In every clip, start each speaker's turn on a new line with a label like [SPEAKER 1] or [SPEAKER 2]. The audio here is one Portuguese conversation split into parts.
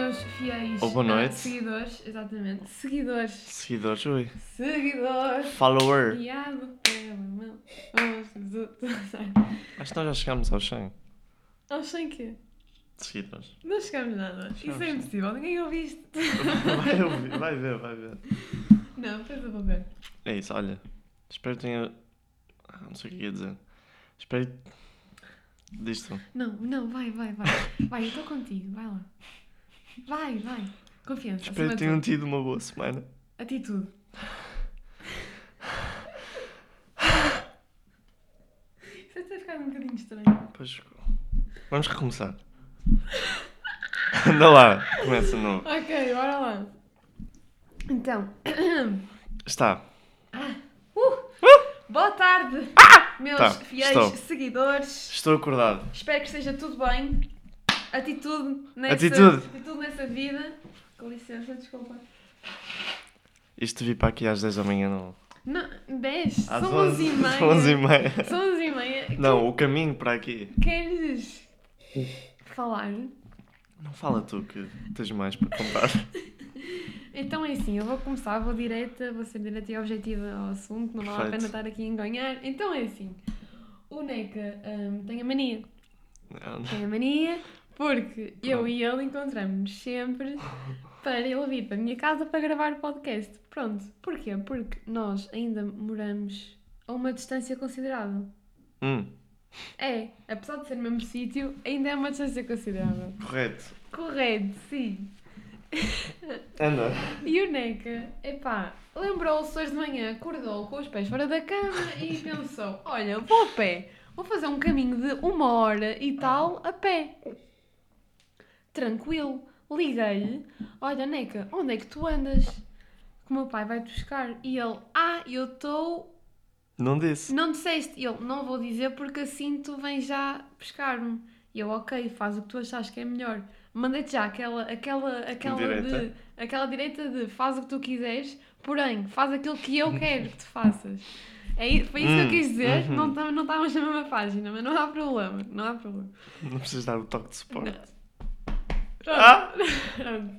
[SPEAKER 1] 6
[SPEAKER 2] Ou Oh, boa noite.
[SPEAKER 1] seguidores, exatamente. Seguidores.
[SPEAKER 2] Seguidores, ui.
[SPEAKER 1] Seguidores.
[SPEAKER 2] Follower.
[SPEAKER 1] Guiado pela mão. Vamos, Jesus.
[SPEAKER 2] Acho que nós já chegámos aos 100
[SPEAKER 1] Não sei quê.
[SPEAKER 2] de seguidores.
[SPEAKER 1] Não chegamos nada. Isso é impossível. Ninguém ouviu isto.
[SPEAKER 2] Vai, ouvir, vai ver, vai ver.
[SPEAKER 1] Não, depois eu vou ver.
[SPEAKER 2] É isso, olha. Espero que tenha. Ah, Não sei o que ia dizer. Espero. Diz tu.
[SPEAKER 1] Não, não, vai, vai, vai. Vai, eu estou contigo. Vai lá. Vai, vai. Confiança.
[SPEAKER 2] Espero
[SPEAKER 1] acima
[SPEAKER 2] que
[SPEAKER 1] de
[SPEAKER 2] tenham
[SPEAKER 1] tudo.
[SPEAKER 2] tido uma boa semana.
[SPEAKER 1] Atitude. Isso até ficar um bocadinho estranho.
[SPEAKER 2] Pois. Vamos recomeçar. Anda lá, começa de novo.
[SPEAKER 1] Ok, bora lá. Então.
[SPEAKER 2] Está.
[SPEAKER 1] Uh! Boa tarde, meus
[SPEAKER 2] Tá,
[SPEAKER 1] fiéis
[SPEAKER 2] estou.
[SPEAKER 1] seguidores.
[SPEAKER 2] Estou acordado.
[SPEAKER 1] Espero que esteja tudo bem. Atitude nessa,
[SPEAKER 2] Atitude.
[SPEAKER 1] atitude nessa vida. Com licença, desculpa.
[SPEAKER 2] Isto vi para aqui às 10 da manhã, não.
[SPEAKER 1] Não, 10,
[SPEAKER 2] Às
[SPEAKER 1] são 11 e meia.
[SPEAKER 2] São 11 e meia.
[SPEAKER 1] São 11 e meia.
[SPEAKER 2] Não, o caminho para aqui.
[SPEAKER 1] Que- Queres falar?
[SPEAKER 2] Não fala tu que tens mais para contar.
[SPEAKER 1] Então é assim, eu vou começar, vou direta, vou ser direta e objetiva ao assunto, não vale a
[SPEAKER 2] Perfeito.
[SPEAKER 1] pena estar aqui a enganhar. Então é assim, o Neca hum, tem a mania
[SPEAKER 2] Não, não.
[SPEAKER 1] Tem a mania, porque eu e ele encontramos-nos sempre para ele vir para a minha casa para gravar o podcast. Pronto, porquê? Porque nós ainda moramos a uma distância considerável.
[SPEAKER 2] Hum,
[SPEAKER 1] É, apesar de ser no mesmo sítio, ainda é uma distância considerável.
[SPEAKER 2] correto.
[SPEAKER 1] Correto, sim.
[SPEAKER 2] Anda.
[SPEAKER 1] E o Neca, epá, lembrou-se hoje de manhã, acordou com os pés fora da cama e pensou: olha, vou a pé, vou fazer um caminho de uma hora e tal a pé. Tranquilo. Liguei-lhe: olha, Neca, onde é que tu andas? Que o meu pai vai te buscar. E ele: ah, eu estou.
[SPEAKER 2] Não disse.
[SPEAKER 1] Não disseste. E ele: não vou dizer porque assim tu vens já buscar-me. E eu: ok, faz o que tu achas que é melhor. Mandei-te já aquela, aquela, aquela
[SPEAKER 2] Direita.
[SPEAKER 1] de aquela direita de faz o que tu quiseres, porém, faz aquilo que eu quero que tu faças. É, i- foi isso que eu
[SPEAKER 2] Hum,
[SPEAKER 1] quis dizer,
[SPEAKER 2] uhum.
[SPEAKER 1] não, tam- não estávamos na mesma página, mas não há problema, não há problema.
[SPEAKER 2] Não precisas dar o toque de suporte.
[SPEAKER 1] Pronto.
[SPEAKER 2] Ah!
[SPEAKER 1] Pronto.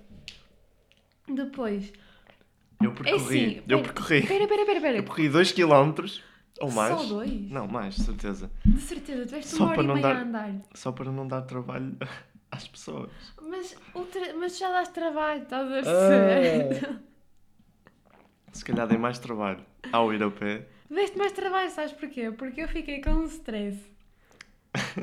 [SPEAKER 1] Depois, é
[SPEAKER 2] Eu percorri.
[SPEAKER 1] assim,
[SPEAKER 2] eu
[SPEAKER 1] pera-
[SPEAKER 2] percorri.
[SPEAKER 1] pera, pera, pera,
[SPEAKER 2] Eu
[SPEAKER 1] pera,
[SPEAKER 2] percorri 2 km ou mais.
[SPEAKER 1] só dois?
[SPEAKER 2] Não, mais, de certeza.
[SPEAKER 1] De certeza, tiveste
[SPEAKER 2] Só
[SPEAKER 1] uma hora
[SPEAKER 2] para
[SPEAKER 1] e
[SPEAKER 2] não
[SPEAKER 1] meia
[SPEAKER 2] dar-
[SPEAKER 1] a andar.
[SPEAKER 2] Só para não dar trabalho às pessoas.
[SPEAKER 1] Mas, o tra- mas já dás trabalho, estás a
[SPEAKER 2] Ah.
[SPEAKER 1] perceber?
[SPEAKER 2] Se calhar dei mais trabalho ao ir a pé.
[SPEAKER 1] Deste mais trabalho, sabes porquê? Porque eu fiquei com um stress.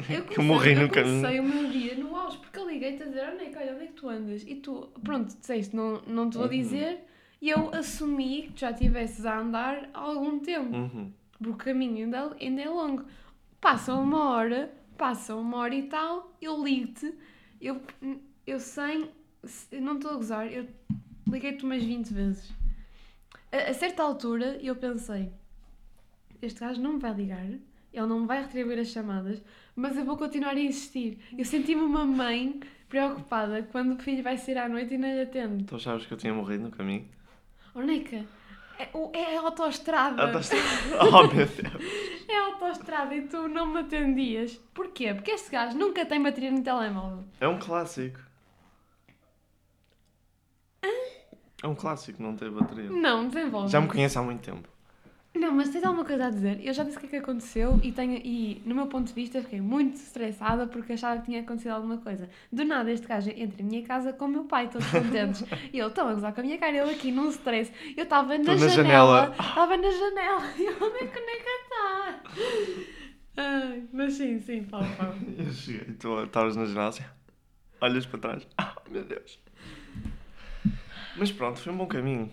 [SPEAKER 1] Eu
[SPEAKER 2] Que
[SPEAKER 1] comecei,
[SPEAKER 2] morri
[SPEAKER 1] eu
[SPEAKER 2] no caminho.
[SPEAKER 1] comecei o meu dia no auge, porque eu liguei-te a dizer, oh, Neca, olha, onde é que tu andas? E tu, pronto, disseste, não, não te vou
[SPEAKER 2] Uhum.
[SPEAKER 1] dizer, e eu assumi que tu já estivesses a andar há algum tempo,
[SPEAKER 2] Uhum.
[SPEAKER 1] porque o caminho ainda, ainda é longo. Passa uma hora, passa uma hora e tal, eu ligo-te, eu, eu sem, se- não estou a gozar, eu liguei-te umas 20 vezes. A, a certa altura eu pensei, este gajo não me vai ligar, ele não me vai retribuir as chamadas, mas eu vou continuar a insistir. Eu senti-me uma mãe preocupada quando o filho vai sair à noite e não lhe atendo.
[SPEAKER 2] Então sabes que eu tinha morrido no caminho?
[SPEAKER 1] Oh, Neca, é, o- é a autoestrada.
[SPEAKER 2] Ah, estás... Oh, meu Deus.
[SPEAKER 1] É a autoestrada e tu não me atendias. Porquê? Porque este gajo nunca tem bateria no telemóvel.
[SPEAKER 2] É um clássico. É um clássico, não tem bateria.
[SPEAKER 1] Não, desenvolve.
[SPEAKER 2] Já me conheço há muito tempo.
[SPEAKER 1] Não, mas tens alguma coisa a dizer? Eu já disse o que é que aconteceu e, tenho, e, no meu ponto de vista, fiquei muito estressada porque achava que tinha acontecido alguma coisa. Do nada, este gajo entra em minha casa com o meu pai, todos contentes. e ele, estão a gozar com a minha cara, eu aqui num stress. Eu estava na,
[SPEAKER 2] Tô na
[SPEAKER 1] janela.
[SPEAKER 2] janela.
[SPEAKER 1] Estava na janela. E ele, onde é que nem está? Ai, mas sim, sim, Paulo, Paulo.
[SPEAKER 2] Eu cheguei, tu estavas na ginásio, olhas para trás. Ah, meu Deus. Mas pronto, foi um bom caminho.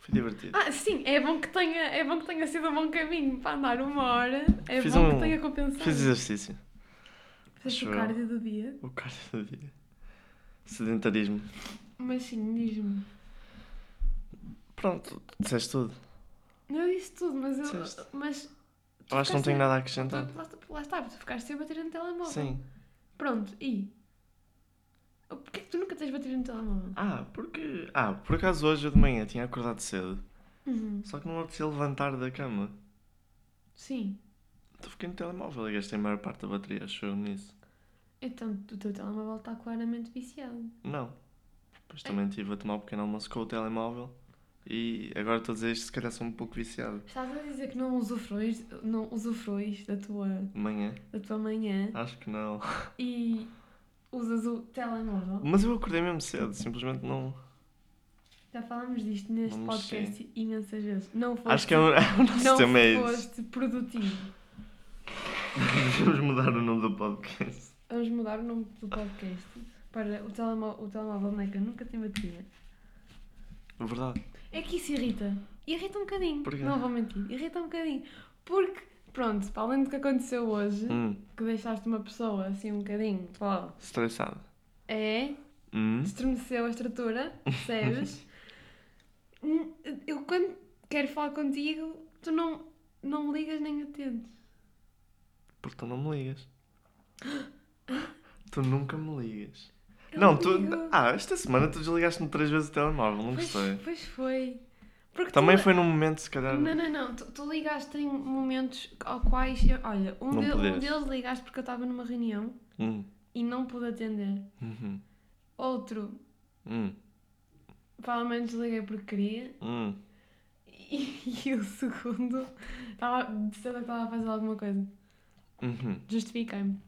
[SPEAKER 2] Foi divertido.
[SPEAKER 1] Ah, sim, é bom que tenha, é bom que tenha sido um bom caminho para andar uma hora. É
[SPEAKER 2] Fiz
[SPEAKER 1] bom
[SPEAKER 2] um-
[SPEAKER 1] que tenha compensado.
[SPEAKER 2] Fiz exercício.
[SPEAKER 1] Fizeste
[SPEAKER 2] acho
[SPEAKER 1] o
[SPEAKER 2] eu.
[SPEAKER 1] cardio do dia.
[SPEAKER 2] O cara do dia. Sedentarismo.
[SPEAKER 1] Mas sim, diz-me.
[SPEAKER 2] Pronto, disseste tudo.
[SPEAKER 1] Eu disse tudo, mas eu.
[SPEAKER 2] Disseste.
[SPEAKER 1] Mas.
[SPEAKER 2] Eu acho que não tenho nada a acrescentar.
[SPEAKER 1] Lá, lá está, tu ficaste sem bater no telemóvel.
[SPEAKER 2] Sim.
[SPEAKER 1] Pronto, e? Porquê que tu nunca tens bater no telemóvel?
[SPEAKER 2] Ah, porque. Ah, por acaso hoje eu de manhã tinha acordado cedo.
[SPEAKER 1] Uhum.
[SPEAKER 2] Só que não me apetecia levantar da cama.
[SPEAKER 1] Sim.
[SPEAKER 2] Então fiquei no telemóvel e gastei a maior parte da bateria, acho eu nisso.
[SPEAKER 1] Então o teu telemóvel está claramente viciado.
[SPEAKER 2] Não. Depois também estive a tomar um pequeno almoço com o telemóvel. E agora estou a dizer isto, se calhar sou um pouco viciado.
[SPEAKER 1] Estás a dizer que não usufruis, não usufruis da, tua,
[SPEAKER 2] Amanhã?
[SPEAKER 1] da tua manhã
[SPEAKER 2] Acho que não.
[SPEAKER 1] e usas o telemóvel?
[SPEAKER 2] Mas eu acordei mesmo cedo, simplesmente não.
[SPEAKER 1] Já falámos disto neste
[SPEAKER 2] Não
[SPEAKER 1] podcast imensas vezes. Não foste,
[SPEAKER 2] Acho que é o, é o nosso
[SPEAKER 1] não
[SPEAKER 2] tema é isso.
[SPEAKER 1] foste produtivo.
[SPEAKER 2] Vamos mudar o nome do podcast.
[SPEAKER 1] Vamos mudar o nome do podcast para o, telemó o telemóvel Neca nunca tem bateria.
[SPEAKER 2] Verdade.
[SPEAKER 1] É que isso irrita. Irrita um bocadinho.
[SPEAKER 2] Porquê?
[SPEAKER 1] Não vou mentir. Irrita um bocadinho. Porque, pronto, para além do que aconteceu hoje,
[SPEAKER 2] Hum,
[SPEAKER 1] que deixaste uma pessoa assim um bocadinho, pá,
[SPEAKER 2] estressado.
[SPEAKER 1] é,
[SPEAKER 2] Hum.
[SPEAKER 1] estremeceu a estrutura, percebes? Hum, Eu quando quero falar contigo, tu não, não me ligas nem atendes.
[SPEAKER 2] Porque tu não me ligas. tu nunca me ligas.
[SPEAKER 1] Eu
[SPEAKER 2] não, tu.
[SPEAKER 1] ligo.
[SPEAKER 2] Ah, esta semana tu desligaste-me três vezes o telemóvel, não
[SPEAKER 1] pois,
[SPEAKER 2] gostei.
[SPEAKER 1] pois foi. Porque tu
[SPEAKER 2] Também
[SPEAKER 1] li-
[SPEAKER 2] foi num momento, se calhar.
[SPEAKER 1] Não, não, não. Tu, tu ligaste em momentos ao quais. eu- olha, um,
[SPEAKER 2] Não
[SPEAKER 1] de- um
[SPEAKER 2] podias.
[SPEAKER 1] deles ligaste porque eu estava numa reunião
[SPEAKER 2] Hum,
[SPEAKER 1] e não pude atender.
[SPEAKER 2] uhum,
[SPEAKER 1] Outro,
[SPEAKER 2] hum,
[SPEAKER 1] provavelmente desliguei porque queria.
[SPEAKER 2] hum.
[SPEAKER 1] E, o segundo, estava, de certeza que estava a fazer alguma coisa.
[SPEAKER 2] uhum.
[SPEAKER 1] Justifiquei-me.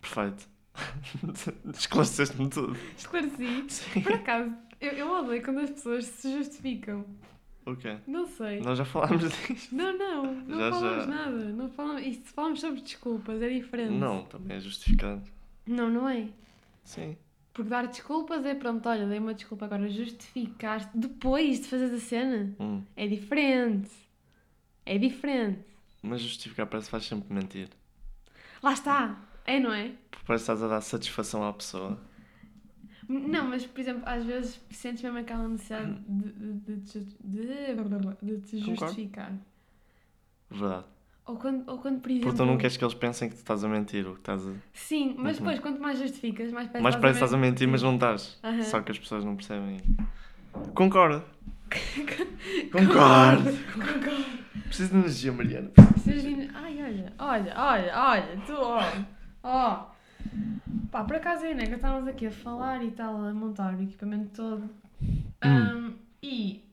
[SPEAKER 2] Perfeito. Esclareceste-me tudo.
[SPEAKER 1] Esclareci.
[SPEAKER 2] Sim.
[SPEAKER 1] Por acaso, eu, eu odeio quando as pessoas se justificam.
[SPEAKER 2] Ok.
[SPEAKER 1] Não sei.
[SPEAKER 2] Nós já falámos disto.
[SPEAKER 1] Não, não. Não
[SPEAKER 2] Já,
[SPEAKER 1] falamos
[SPEAKER 2] já.
[SPEAKER 1] nada. Não falamos, e se falamos sobre desculpas é diferente.
[SPEAKER 2] Não, também é justificado.
[SPEAKER 1] Não, não é?
[SPEAKER 2] Sim.
[SPEAKER 1] Porque dar desculpas é pronto, olha, dei uma desculpa agora, justificaste depois de fazer a cena.
[SPEAKER 2] Hum.
[SPEAKER 1] É diferente. É diferente.
[SPEAKER 2] Mas justificar parece que vais sempre mentir.
[SPEAKER 1] Lá está. É, não é?
[SPEAKER 2] Porque parece que estás a dar satisfação à pessoa.
[SPEAKER 1] Não, mas por exemplo, às vezes sentes mesmo aquela necessidade de, de, de, te ju- de- de te
[SPEAKER 2] Concordo.
[SPEAKER 1] justificar.
[SPEAKER 2] Verdade.
[SPEAKER 1] Ou quando, ou quando, por exemplo.
[SPEAKER 2] Porque tu não queres que eles pensem que tu estás a mentir ou que estás a.
[SPEAKER 1] Sim, mas
[SPEAKER 2] Uhum.
[SPEAKER 1] depois quanto mais justificas, mais parece
[SPEAKER 2] Mas
[SPEAKER 1] que
[SPEAKER 2] parece que estás a mentir, mas não estás.
[SPEAKER 1] Aham.
[SPEAKER 2] Só que as pessoas não percebem. Concordo.
[SPEAKER 1] Concordo.
[SPEAKER 2] Concordo.
[SPEAKER 1] Concordo.
[SPEAKER 2] Preciso de energia, Mariana.
[SPEAKER 1] Vocês virem- Ai, olha, olha, olha, olha, tu, ó, ó. Pá, por acaso é, né? Que estávamos aqui a falar e tal, a montar o equipamento todo.
[SPEAKER 2] Hum.
[SPEAKER 1] Ahm, e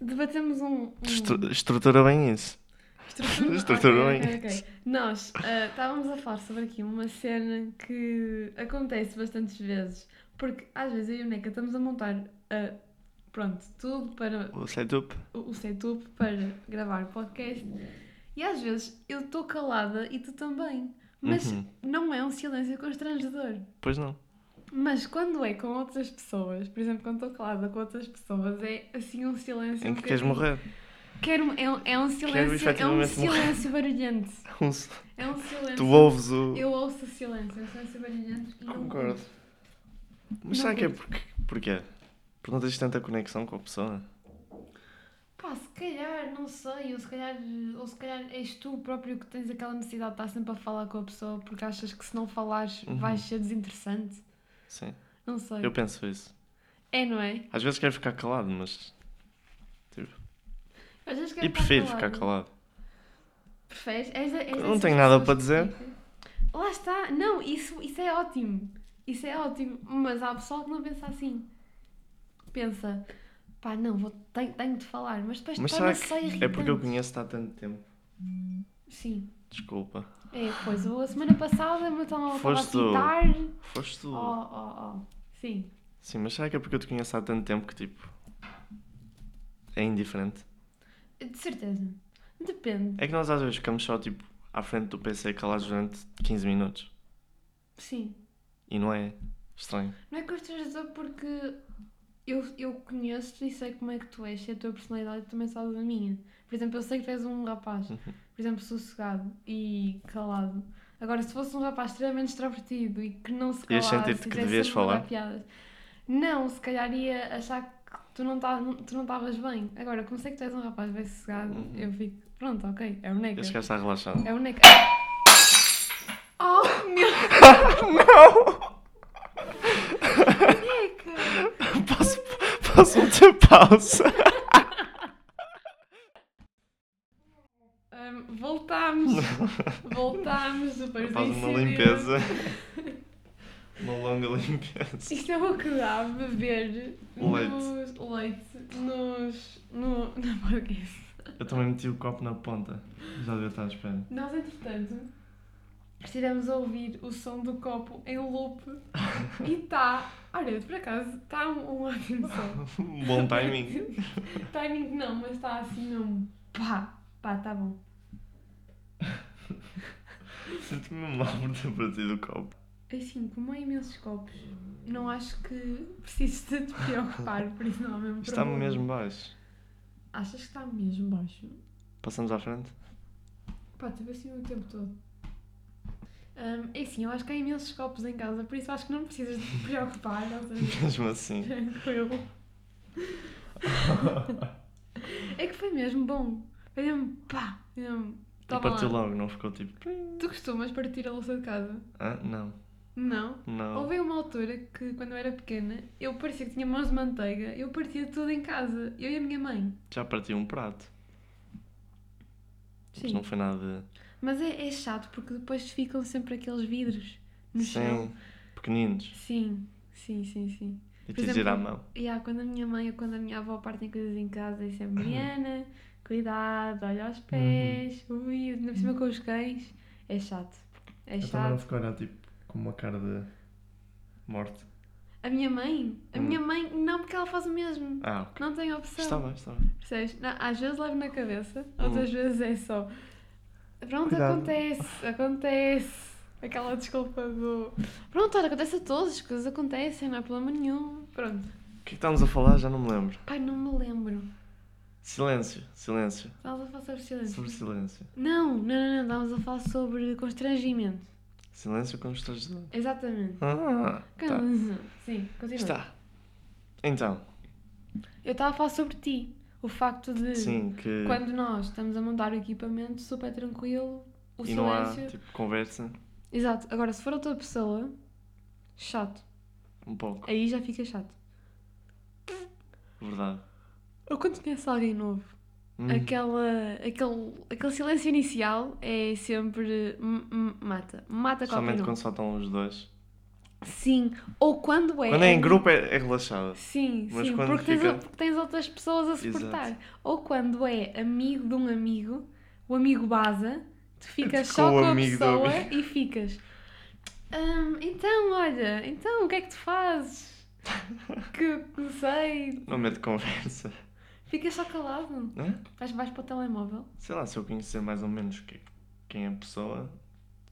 [SPEAKER 1] debatemos um. um-
[SPEAKER 2] Estru- estrutura bem isso.
[SPEAKER 1] Estrutura,
[SPEAKER 2] Estrutura
[SPEAKER 1] Ok,
[SPEAKER 2] bem.
[SPEAKER 1] ok, ok. Nós ah, estávamos a falar sobre aqui uma cena que acontece bastantes vezes, porque às vezes eu e o Neca estamos a montar ah, pronto, tudo para
[SPEAKER 2] O setup.
[SPEAKER 1] o o setup para gravar podcast e às vezes eu estou calada e tu também, mas
[SPEAKER 2] Uhum.
[SPEAKER 1] não é um silêncio constrangedor.
[SPEAKER 2] Pois não.
[SPEAKER 1] Mas quando é com outras pessoas, por exemplo, quando estou calada com outras pessoas, é assim um silêncio.
[SPEAKER 2] Em
[SPEAKER 1] um
[SPEAKER 2] que queres
[SPEAKER 1] bocadinho-
[SPEAKER 2] morrer.
[SPEAKER 1] Quero, é, um- é um silêncio, é um
[SPEAKER 2] efetivamente morrer.
[SPEAKER 1] silêncio barulhante.
[SPEAKER 2] Um s-
[SPEAKER 1] É um silêncio.
[SPEAKER 2] Tu ouves o.
[SPEAKER 1] Eu ouço o silêncio, é um silêncio barulhante. e não
[SPEAKER 2] Concordo.
[SPEAKER 1] ouço.
[SPEAKER 2] Mas
[SPEAKER 1] Não
[SPEAKER 2] será que é porque. Porquê? Porque não tens tanta conexão com a pessoa?
[SPEAKER 1] Pá, se calhar, não sei, ou se calhar, ou se calhar és tu próprio que tens aquela necessidade de estar sempre a falar com a pessoa porque achas que se não falares
[SPEAKER 2] Uhum.
[SPEAKER 1] vais ser desinteressante.
[SPEAKER 2] Sim.
[SPEAKER 1] Não sei.
[SPEAKER 2] Eu penso isso.
[SPEAKER 1] É, não é?
[SPEAKER 2] Às vezes quero ficar calado, mas.
[SPEAKER 1] Às vezes quero
[SPEAKER 2] E
[SPEAKER 1] estar
[SPEAKER 2] prefiro
[SPEAKER 1] calada.
[SPEAKER 2] ficar calado.
[SPEAKER 1] um Preferes? És, a- és
[SPEAKER 2] Não
[SPEAKER 1] dessas
[SPEAKER 2] tenho nada
[SPEAKER 1] pessoas
[SPEAKER 2] para
[SPEAKER 1] que
[SPEAKER 2] dizer.
[SPEAKER 1] fica. Lá está. Não, isso, isso é ótimo. Isso é ótimo. Mas há pessoal que não pensa assim. Pensa, pá, não, vou, tenho, tenho de falar. Mas depois
[SPEAKER 2] Mas será
[SPEAKER 1] torna-se só
[SPEAKER 2] que. É porque eu
[SPEAKER 1] irritante.
[SPEAKER 2] conheço-te há tanto tempo.
[SPEAKER 1] Sim.
[SPEAKER 2] Desculpa.
[SPEAKER 1] É, pois, a semana passada eu estava a
[SPEAKER 2] Foste tu.
[SPEAKER 1] citar.
[SPEAKER 2] Foste
[SPEAKER 1] Oh,
[SPEAKER 2] tu.
[SPEAKER 1] oh, oh. Sim.
[SPEAKER 2] Sim, mas será que é porque eu te conheço há tanto tempo que tipo. É indiferente?
[SPEAKER 1] De certeza. Depende.
[SPEAKER 2] É que nós às vezes ficamos só tipo à frente do PC calados durante 15 minutos.
[SPEAKER 1] Sim.
[SPEAKER 2] E não é estranho.
[SPEAKER 1] Não é constrangedor porque eu, eu conheço-te e sei como é que tu és e a tua personalidade também sabe da minha. Por exemplo, eu sei que tu és um rapaz,
[SPEAKER 2] Uhum.
[SPEAKER 1] por exemplo, sossegado e calado. Agora, se fosse um rapaz extremamente extrovertido e que não se calasse
[SPEAKER 2] Ias sentir-te que
[SPEAKER 1] fizesse
[SPEAKER 2] devias
[SPEAKER 1] sempre mandar
[SPEAKER 2] falar?
[SPEAKER 1] piadas, não, se calhar ia achar que tu não tá- tu não estavas bem. Agora, como sei que tu és um rapaz bem sossegado,
[SPEAKER 2] Uhum.
[SPEAKER 1] eu fico, pronto, ok, é o neca.
[SPEAKER 2] Este gajo está relaxado.
[SPEAKER 1] É o neca. Oh, meu
[SPEAKER 2] não!
[SPEAKER 1] neca!
[SPEAKER 2] posso, posso meter pausa?
[SPEAKER 1] Ahm, voltámos. voltámos depois do
[SPEAKER 2] Faz uma
[SPEAKER 1] incidente.
[SPEAKER 2] limpeza. Uma longa limpeza.
[SPEAKER 1] Isto é o que dá a beber
[SPEAKER 2] Leite.
[SPEAKER 1] nos leite nos, no, na podcast.
[SPEAKER 2] Eu também meti o copo na ponta. Já devia estar à espera.
[SPEAKER 1] Nós, entretanto, estivemos a ouvir o som do copo em loop e está. Olha, por acaso, está um, um ótimo som.
[SPEAKER 2] Um Bom timing.
[SPEAKER 1] timing não, mas está assim, não. Pá, pá, está bom.
[SPEAKER 2] Sinto-me mal por ter partido o copo.
[SPEAKER 1] Assim, como há imensos copos, não acho que precises de te preocupar, por isso não há mesmo
[SPEAKER 2] Está
[SPEAKER 1] problema.
[SPEAKER 2] mesmo baixo.
[SPEAKER 1] Achas que está mesmo baixo?
[SPEAKER 2] Passamos à frente?
[SPEAKER 1] Pá, teve assim o tempo todo. Hum, é assim, eu acho que há imensos copos em casa, por isso acho que não precisas de te preocupar, ou seja,
[SPEAKER 2] Mesmo assim.
[SPEAKER 1] tranquilo. É que foi mesmo bom. Foi mesmo pá, mesmo.
[SPEAKER 2] E
[SPEAKER 1] Toma
[SPEAKER 2] partiu
[SPEAKER 1] lá.
[SPEAKER 2] logo, não ficou tipo. "Plim".
[SPEAKER 1] Tu costumas partir a louça de casa?
[SPEAKER 2] Ah, não.
[SPEAKER 1] Não?
[SPEAKER 2] Não.
[SPEAKER 1] Houve uma altura que, quando eu era pequena, eu parecia que tinha mãos de manteiga, eu partia tudo em casa, eu e a minha mãe.
[SPEAKER 2] Já partiu um prato. Mas
[SPEAKER 1] Sim.
[SPEAKER 2] não foi nada.
[SPEAKER 1] Mas é, é chato porque depois ficam sempre aqueles vidros no chão.
[SPEAKER 2] Sim. Pequeninos.
[SPEAKER 1] Sim, sim, sim, sim.
[SPEAKER 2] E
[SPEAKER 1] Por
[SPEAKER 2] te
[SPEAKER 1] exemplo,
[SPEAKER 2] girar a mão.
[SPEAKER 1] E há quando a minha mãe ou quando a minha avó partem coisas em casa, é sempre Mariana, cuidado, olha aos pés, ui, ainda por cima com os cães. É chato, é chato.
[SPEAKER 2] fico a olhar tipo com uma cara de morte.
[SPEAKER 1] A minha mãe, a
[SPEAKER 2] Hum.
[SPEAKER 1] minha mãe, não, porque ela faz o mesmo.
[SPEAKER 2] Ah, ok.
[SPEAKER 1] Não tem opção.
[SPEAKER 2] Está bem, está bem.
[SPEAKER 1] Percebes? Não, às vezes levo na cabeça, outras vezes é só. Pronto,
[SPEAKER 2] Hum. Cuidado.
[SPEAKER 1] acontece, acontece. Aquela desculpa do. Pronto, olha, acontece a todos, as coisas acontecem, não há problema nenhum. Pronto.
[SPEAKER 2] O que é que estávamos a falar? Já não me lembro.
[SPEAKER 1] Ai, não me lembro.
[SPEAKER 2] Silêncio, silêncio.
[SPEAKER 1] Estás a falar sobre silêncio.
[SPEAKER 2] Sobre silêncio.
[SPEAKER 1] Não, não, não, não, estávamos a falar sobre constrangimento.
[SPEAKER 2] Silêncio com os teus dedos.
[SPEAKER 1] Exatamente.
[SPEAKER 2] Ah, tá.
[SPEAKER 1] Cansa. Sim, continua.
[SPEAKER 2] Está. Então,
[SPEAKER 1] Eu estava a falar sobre ti. O facto de
[SPEAKER 2] sim, que.
[SPEAKER 1] quando nós estamos a montar o equipamento super tranquilo, o
[SPEAKER 2] E não há
[SPEAKER 1] silêncio.
[SPEAKER 2] tipo conversa.
[SPEAKER 1] Exato. Agora, se for outra pessoa, chato.
[SPEAKER 2] Um pouco.
[SPEAKER 1] Aí já fica chato.
[SPEAKER 2] Verdade.
[SPEAKER 1] Ou quando conheces alguém novo,
[SPEAKER 2] Hum,
[SPEAKER 1] aquela, aquele, aquele silêncio inicial é sempre hum, hum, mata. Mata qualquer
[SPEAKER 2] Somente
[SPEAKER 1] um.
[SPEAKER 2] quando só estão os dois.
[SPEAKER 1] Sim. Ou quando é.
[SPEAKER 2] Quando é em grupo é, é relaxada.
[SPEAKER 1] Sim,
[SPEAKER 2] Mas
[SPEAKER 1] sim,
[SPEAKER 2] quando
[SPEAKER 1] porque,
[SPEAKER 2] fica-
[SPEAKER 1] tens, porque tens outras pessoas a
[SPEAKER 2] Exato.
[SPEAKER 1] suportar. Ou quando é amigo de um amigo, o amigo baza, tu ficas
[SPEAKER 2] Com
[SPEAKER 1] só
[SPEAKER 2] o
[SPEAKER 1] com a
[SPEAKER 2] amigo do
[SPEAKER 1] pessoa
[SPEAKER 2] amigo.
[SPEAKER 1] e ficas. "Hum, então, olha, então o que é que tu fazes? que não sei.
[SPEAKER 2] Não mete conversa.
[SPEAKER 1] Ficas só calado.
[SPEAKER 2] Hã?
[SPEAKER 1] Vais, vais para o telemóvel.
[SPEAKER 2] Sei lá, se eu conhecer mais ou menos que- quem é a pessoa,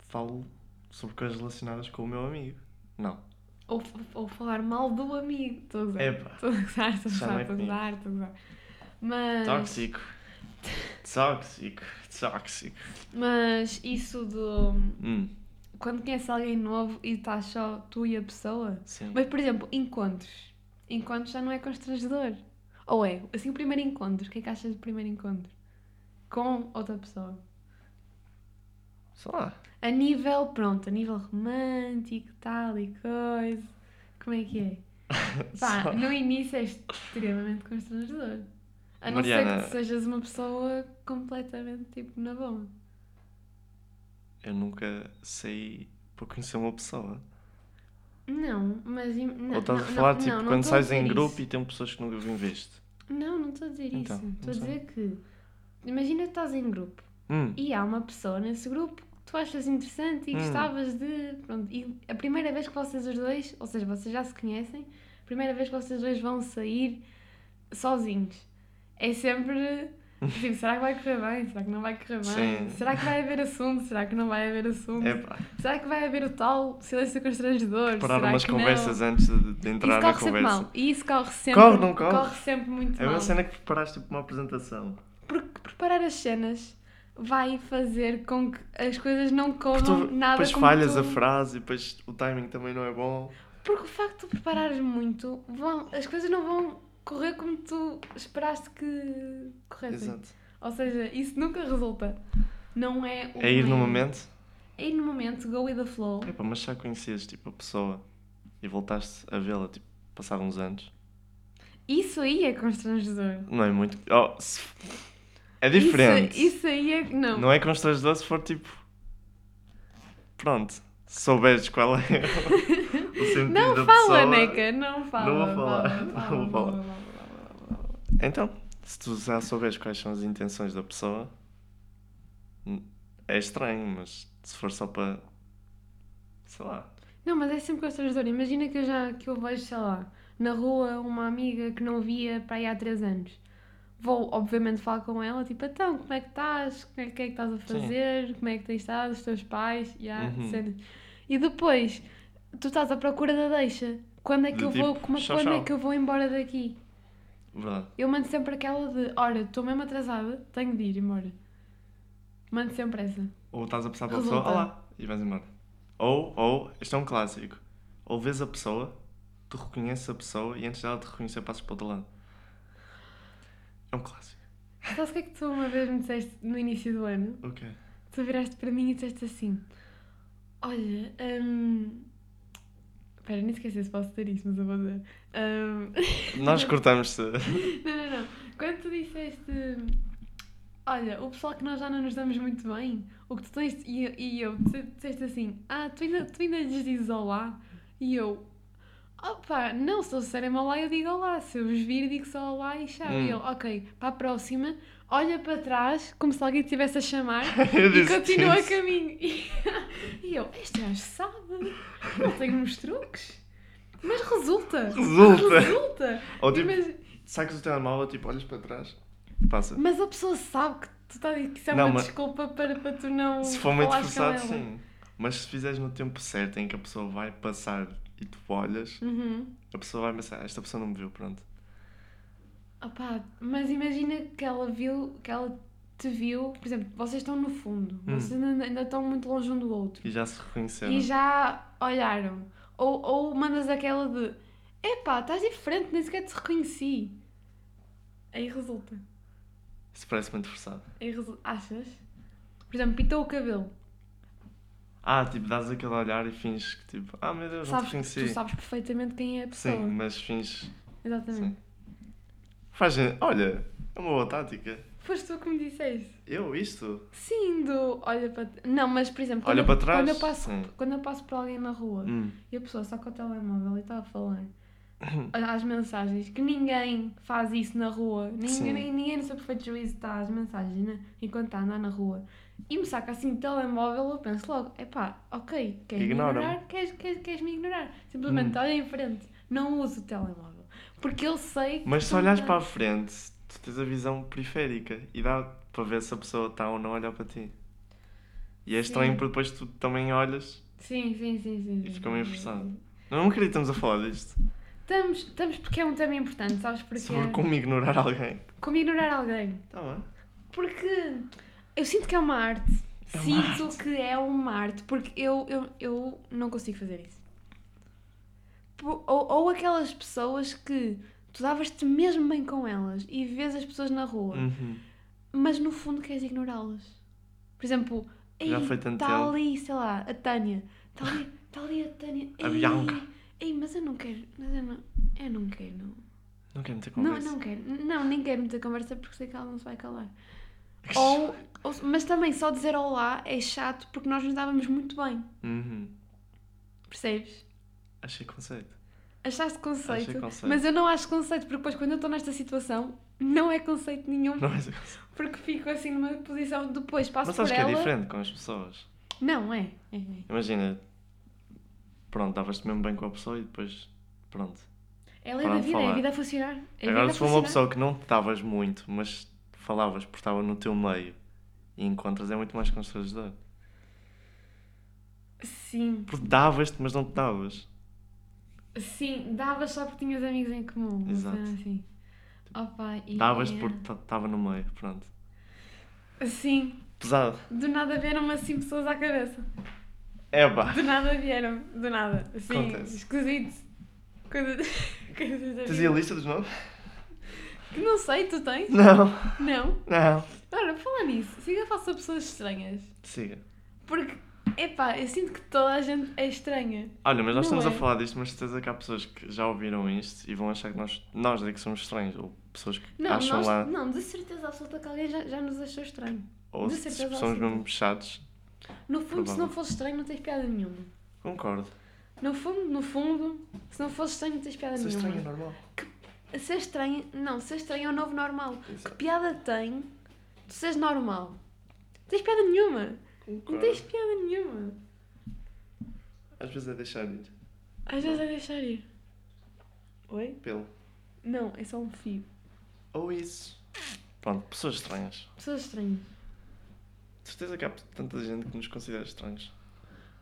[SPEAKER 2] falo sobre coisas relacionadas com o meu amigo. Não.
[SPEAKER 1] Ou, ou falar mal do amigo. Estou a gozar.
[SPEAKER 2] Epá.
[SPEAKER 1] Estou a gozar, estou a
[SPEAKER 2] É, Já não
[SPEAKER 1] gozar, estou
[SPEAKER 2] é
[SPEAKER 1] a
[SPEAKER 2] comigo.
[SPEAKER 1] gozar, estou a gozar. Mas.
[SPEAKER 2] Tóxico. Tóxico. Tóxico.
[SPEAKER 1] Mas isso do.
[SPEAKER 2] Hum,
[SPEAKER 1] quando conheces alguém novo e estás só tu e a pessoa.
[SPEAKER 2] sim.
[SPEAKER 1] Mas, por exemplo, encontros. Encontros já não é constrangedor. Ou é? Assim, o primeiro encontro. O que é que achas do primeiro encontro? Com outra pessoa.
[SPEAKER 2] Sei lá.
[SPEAKER 1] A nível, pronto, a nível romântico, tal e coisa. Como é que é? Pá,
[SPEAKER 2] Só-
[SPEAKER 1] no início é extremamente constrangedor. A não
[SPEAKER 2] Mariana-
[SPEAKER 1] ser que sejas uma pessoa completamente, tipo, na boa.
[SPEAKER 2] Eu nunca saí para conhecer uma pessoa.
[SPEAKER 1] Não, mas... im- Não,
[SPEAKER 2] Ou estás
[SPEAKER 1] não,
[SPEAKER 2] a
[SPEAKER 1] não,
[SPEAKER 2] falar, tipo,
[SPEAKER 1] não, não
[SPEAKER 2] quando
[SPEAKER 1] estou a
[SPEAKER 2] sais em
[SPEAKER 1] dizer
[SPEAKER 2] grupo
[SPEAKER 1] isso.
[SPEAKER 2] e tem pessoas que nunca vim viste.
[SPEAKER 1] Não, não estou a dizer
[SPEAKER 2] Então,
[SPEAKER 1] isso.
[SPEAKER 2] não
[SPEAKER 1] Estou a
[SPEAKER 2] sei.
[SPEAKER 1] dizer que. Imagina que estás em grupo
[SPEAKER 2] Hum,
[SPEAKER 1] e há uma pessoa nesse grupo que tu achas interessante e
[SPEAKER 2] Hum.
[SPEAKER 1] gostavas de. Pronto, e a primeira vez que vocês os dois, ou seja, vocês já se conhecem, a primeira vez que vocês dois vão sair sozinhos. É sempre. Tipo, será que vai correr bem? Será que não vai correr bem?
[SPEAKER 2] Sim.
[SPEAKER 1] Será que vai haver assunto? Será que não vai haver assunto?
[SPEAKER 2] é pá.
[SPEAKER 1] Será que vai haver o tal silêncio constrangedor?
[SPEAKER 2] Parar
[SPEAKER 1] Será
[SPEAKER 2] umas
[SPEAKER 1] que não?
[SPEAKER 2] conversas antes de, de
[SPEAKER 1] Isso
[SPEAKER 2] entrar na
[SPEAKER 1] corre sempre
[SPEAKER 2] conversa.
[SPEAKER 1] mal. E isso corre sempre.
[SPEAKER 2] Corre, não corre?
[SPEAKER 1] sempre muito
[SPEAKER 2] É
[SPEAKER 1] mal.
[SPEAKER 2] uma cena que preparaste tipo uma apresentação.
[SPEAKER 1] Porque preparar as cenas vai fazer com que as coisas não corram
[SPEAKER 2] Porque tu
[SPEAKER 1] nada
[SPEAKER 2] depois
[SPEAKER 1] como
[SPEAKER 2] falhas
[SPEAKER 1] tu...
[SPEAKER 2] a frase e depois o timing também não é bom.
[SPEAKER 1] Porque o facto de preparares muito, vão... as coisas não vão correr como tu esperaste que corressem.
[SPEAKER 2] Exato.
[SPEAKER 1] Ou seja, isso nunca resulta. Não é um
[SPEAKER 2] É ir no
[SPEAKER 1] erro.
[SPEAKER 2] momento.
[SPEAKER 1] É ir no momento, go with the flow.
[SPEAKER 2] Epá, mas já conhecias tipo a pessoa e voltaste a vê-la tipo passado uns anos.
[SPEAKER 1] Isso aí é constrangedor.
[SPEAKER 2] Não é muito. Oh, se- É diferente.
[SPEAKER 1] Isso, isso aí é. Não.
[SPEAKER 2] Não é constrangedor se for tipo. Pronto. Se souberes qual é o sentido
[SPEAKER 1] Não
[SPEAKER 2] da
[SPEAKER 1] fala,
[SPEAKER 2] pessoa.
[SPEAKER 1] Neca, não fala.
[SPEAKER 2] Não
[SPEAKER 1] fala, fala,
[SPEAKER 2] vou falar, não vou falar.
[SPEAKER 1] fala, fala, fala, fala.
[SPEAKER 2] Então, se tu já souberes quais são as intenções da pessoa, hum, é estranho, mas se for só para. sei lá.
[SPEAKER 1] Não, mas é sempre constrangedor. Imagina que eu já que eu vejo, sei lá, na rua uma amiga que não via para aí há 3 anos. Vou, obviamente, falar com ela, tipo, então, como é que estás? Como é que, o que é que estás a fazer? Como é que tens estado? Os teus pais? Yeah,
[SPEAKER 2] Uhum.
[SPEAKER 1] cenas. E depois, tu estás à procura da deixa. Quando é que
[SPEAKER 2] De
[SPEAKER 1] eu vou,
[SPEAKER 2] tipo,
[SPEAKER 1] como,
[SPEAKER 2] tchau,
[SPEAKER 1] quando é
[SPEAKER 2] tchau.
[SPEAKER 1] que eu vou embora daqui?
[SPEAKER 2] Verdade.
[SPEAKER 1] Eu mando sempre aquela de, olha, estou mesmo atrasada, tenho de ir embora. Mando sempre essa.
[SPEAKER 2] Ou estás a passar pela
[SPEAKER 1] Resulta.
[SPEAKER 2] pessoa, olá, e vais embora. Ou, ou, isto é um clássico. Ou vês a pessoa, tu reconheces a pessoa e antes dela te reconhecer passas para o outro lado. É um clássico.
[SPEAKER 1] Sabes o que é que tu uma vez me disseste no início do ano?
[SPEAKER 2] Ok.
[SPEAKER 1] Tu viraste para mim e disseste assim: Olha, hum... Espera, nem esqueci se posso dizer isso, mas eu vou dizer. Hum,
[SPEAKER 2] Nós cortamos se
[SPEAKER 1] não, não, não. Quando tu disseste: Olha, o pessoal que nós já não nos damos muito bem, o que tu tens. E, eu- e eu, tu disseste assim: Ah, tu ainda, tu ainda lhes dizes olá? E eu: Opa, não, se eles disserem olá, eu digo olá. Se eu vos vir, digo só olá e tchau.
[SPEAKER 2] Hum.
[SPEAKER 1] E eu: Ok, para a próxima, olha para trás, como se alguém te estivesse a chamar.
[SPEAKER 2] Eu
[SPEAKER 1] E
[SPEAKER 2] disse
[SPEAKER 1] continua a
[SPEAKER 2] isso.
[SPEAKER 1] caminho. E, e eu, este gajo sabe. Ele tem uns truques. Mas resulta.
[SPEAKER 2] Resulta.
[SPEAKER 1] Resulta.
[SPEAKER 2] Ou tipo,
[SPEAKER 1] Mas,
[SPEAKER 2] sacas o telemóvel, tipo, olhas para trás passa.
[SPEAKER 1] mas a pessoa sabe que, tu tá, que isso é
[SPEAKER 2] Não,
[SPEAKER 1] uma
[SPEAKER 2] mas-
[SPEAKER 1] desculpa para, para tu não
[SPEAKER 2] Se for muito
[SPEAKER 1] falares com
[SPEAKER 2] forçado,
[SPEAKER 1] ela.
[SPEAKER 2] sim. Mas se fizeres no tempo certo em que a pessoa vai passar e tu olhas,
[SPEAKER 1] Uhum.
[SPEAKER 2] a pessoa vai pensar, "Ah, esta pessoa não me viu, pronto.
[SPEAKER 1] Opá, mas imagina que ela viu, que ela te viu, por exemplo, vocês estão no fundo,
[SPEAKER 2] Hum.
[SPEAKER 1] vocês ainda, ainda estão muito longe um do outro.
[SPEAKER 2] E já se reconheceram.
[SPEAKER 1] e já olharam. Ou, ou mandas aquela de epá, estás diferente, nem sequer te reconheci. Aí resulta.
[SPEAKER 2] Isso parece muito forçado.
[SPEAKER 1] Aí resu- Achas? Por exemplo, pintou o cabelo.
[SPEAKER 2] Ah, tipo, dás aquele olhar e finges que tipo, ah meu Deus, não te
[SPEAKER 1] Sabes, tu
[SPEAKER 2] reconheci.
[SPEAKER 1] sabes perfeitamente quem é a pessoa.
[SPEAKER 2] Sim, mas finges.
[SPEAKER 1] Exatamente.
[SPEAKER 2] Faz. Olha, é uma boa tática.
[SPEAKER 1] Foste tu que me disseste.
[SPEAKER 2] Eu, isto?
[SPEAKER 1] Sim, do olha para. Não, mas por exemplo, quando,
[SPEAKER 2] Olha
[SPEAKER 1] eu-
[SPEAKER 2] para trás?
[SPEAKER 1] quando eu passo
[SPEAKER 2] Sim.
[SPEAKER 1] Quando eu passo por alguém na rua
[SPEAKER 2] Hum.
[SPEAKER 1] e a pessoa só com o telemóvel e está a falar às mensagens, que ninguém faz isso na rua,
[SPEAKER 2] Sim.
[SPEAKER 1] ninguém, ninguém, ninguém no seu perfeito juízo está às mensagens né? enquanto está a andar na rua e me saca assim o telemóvel, eu penso logo: epá, ok, queres
[SPEAKER 2] Ignora-me. Hum.
[SPEAKER 1] me ignorar? Queres, queres, queres me ignorar? Simplesmente olha em frente, não uso o telemóvel, porque eu sei que.
[SPEAKER 2] Mas se
[SPEAKER 1] tu me
[SPEAKER 2] olhares
[SPEAKER 1] dás-
[SPEAKER 2] para a frente, tu tens a visão periférica e dá para ver se a pessoa está ou não a olhar para ti. E é estranho
[SPEAKER 1] Sim.
[SPEAKER 2] porque depois tu também olhas.
[SPEAKER 1] Sim, sim, sim. sim, sim.
[SPEAKER 2] fica meio forçado.
[SPEAKER 1] Hum.
[SPEAKER 2] Não acredito que estamos a falar disto.
[SPEAKER 1] Estamos, estamos porque é um tema importante, sabes porquê?
[SPEAKER 2] Sobre como ignorar alguém.
[SPEAKER 1] Como ignorar alguém.
[SPEAKER 2] Tá bem.
[SPEAKER 1] Porque eu sinto que é uma arte.
[SPEAKER 2] É uma
[SPEAKER 1] sinto que é uma arte, porque eu, eu, eu não consigo fazer isso. Po- Ou, ou aquelas pessoas que tu davas-te mesmo bem com elas e vês as pessoas na rua,
[SPEAKER 2] Uhum.
[SPEAKER 1] mas no fundo queres ignorá-las. Por exemplo,
[SPEAKER 2] Já foi tanto
[SPEAKER 1] está
[SPEAKER 2] tempo."
[SPEAKER 1] ali, sei lá, a Tânia. Está ali, tá ali a Tânia.
[SPEAKER 2] A
[SPEAKER 1] Ei,
[SPEAKER 2] Bianca.
[SPEAKER 1] Ei, mas eu não quero, mas eu não, eu não quero. não.
[SPEAKER 2] Não quero meter
[SPEAKER 1] Não,
[SPEAKER 2] conversa.
[SPEAKER 1] não quero. Não, nem quero muita conversa porque sei que ela não se vai calar. Ou, ou- mas também só dizer olá é chato porque nós nos dávamos muito bem,
[SPEAKER 2] Uhum.
[SPEAKER 1] percebes?
[SPEAKER 2] Achei conceito.
[SPEAKER 1] Achaste conceito,
[SPEAKER 2] Achei conceito.
[SPEAKER 1] mas eu não acho conceito porque depois quando eu estou nesta situação não é conceito nenhum
[SPEAKER 2] Não é conceito.
[SPEAKER 1] porque fico assim numa posição depois passo
[SPEAKER 2] Mas
[SPEAKER 1] por
[SPEAKER 2] sabes que é
[SPEAKER 1] ela.
[SPEAKER 2] diferente com as pessoas.
[SPEAKER 1] Não, é. é, é.
[SPEAKER 2] Imagina, pronto, davas-te mesmo bem com a pessoa e depois, pronto.
[SPEAKER 1] É a lei
[SPEAKER 2] Para
[SPEAKER 1] da
[SPEAKER 2] de
[SPEAKER 1] vida, é
[SPEAKER 2] falar.
[SPEAKER 1] a vida a funcionar. É a
[SPEAKER 2] Agora,
[SPEAKER 1] vida a
[SPEAKER 2] se for
[SPEAKER 1] funcionar.
[SPEAKER 2] uma pessoa que não te davas muito, mas falavas porque estava no teu meio e encontras, é muito mais constrangedor.
[SPEAKER 1] Sim,
[SPEAKER 2] Porque davas-te, mas não te davas.
[SPEAKER 1] sim, davas só porque tinhas amigos em comum. uma
[SPEAKER 2] Exato.
[SPEAKER 1] cena Assim. Opa, e
[SPEAKER 2] Davas-te
[SPEAKER 1] é-
[SPEAKER 2] porque estava no meio, pronto.
[SPEAKER 1] Sim,
[SPEAKER 2] Pesado.
[SPEAKER 1] Do nada vieram assim pessoas à cabeça.
[SPEAKER 2] É pá.
[SPEAKER 1] Do nada vieram, do nada. Assim,
[SPEAKER 2] Acontece.
[SPEAKER 1] esquisito. Coisa... Coisas da
[SPEAKER 2] Tens aí a
[SPEAKER 1] vida.
[SPEAKER 2] lista dos nomes?
[SPEAKER 1] Que não sei, tu tens?
[SPEAKER 2] Não,
[SPEAKER 1] Não.
[SPEAKER 2] não.
[SPEAKER 1] Ora, falar nisso, siga faça pessoas estranhas.
[SPEAKER 2] Siga.
[SPEAKER 1] Porque, epá, eu sinto que toda a gente é estranha.
[SPEAKER 2] Olha, mas nós
[SPEAKER 1] Não
[SPEAKER 2] estamos a
[SPEAKER 1] é.
[SPEAKER 2] falar disto, mas certeza que há pessoas que já ouviram isto e vão achar que nós, nós é que somos estranhos, ou pessoas que
[SPEAKER 1] Não,
[SPEAKER 2] acham
[SPEAKER 1] nós,
[SPEAKER 2] lá,
[SPEAKER 1] não, de certeza absoluta que alguém já, já nos achou estranho.
[SPEAKER 2] ou
[SPEAKER 1] de
[SPEAKER 2] se
[SPEAKER 1] certeza
[SPEAKER 2] somos
[SPEAKER 1] absoluta.
[SPEAKER 2] mesmo chatos.
[SPEAKER 1] No fundo, se não
[SPEAKER 2] Provavelmente.
[SPEAKER 1] fosse estranho, não tens piada nenhuma.
[SPEAKER 2] Concordo.
[SPEAKER 1] No fundo, no fundo, se não fosse estranho, Ah, não tens piada
[SPEAKER 2] Isso é estranho, é
[SPEAKER 1] nenhuma.
[SPEAKER 2] normal.
[SPEAKER 1] Ser estranho, não, ser estranho é o novo normal.
[SPEAKER 2] Exato.
[SPEAKER 1] Que piada tem tu seres normal? Não tens piada nenhuma. Não tens piada nenhuma.
[SPEAKER 2] Às vezes é deixar ir.
[SPEAKER 1] Às vezes é deixar ir. Oi?
[SPEAKER 2] Pelo.
[SPEAKER 1] Não, é só um fio.
[SPEAKER 2] Ou isso. Pronto, pessoas estranhas.
[SPEAKER 1] Pessoas estranhas.
[SPEAKER 2] De certeza que há tanta gente que nos considera estranhos.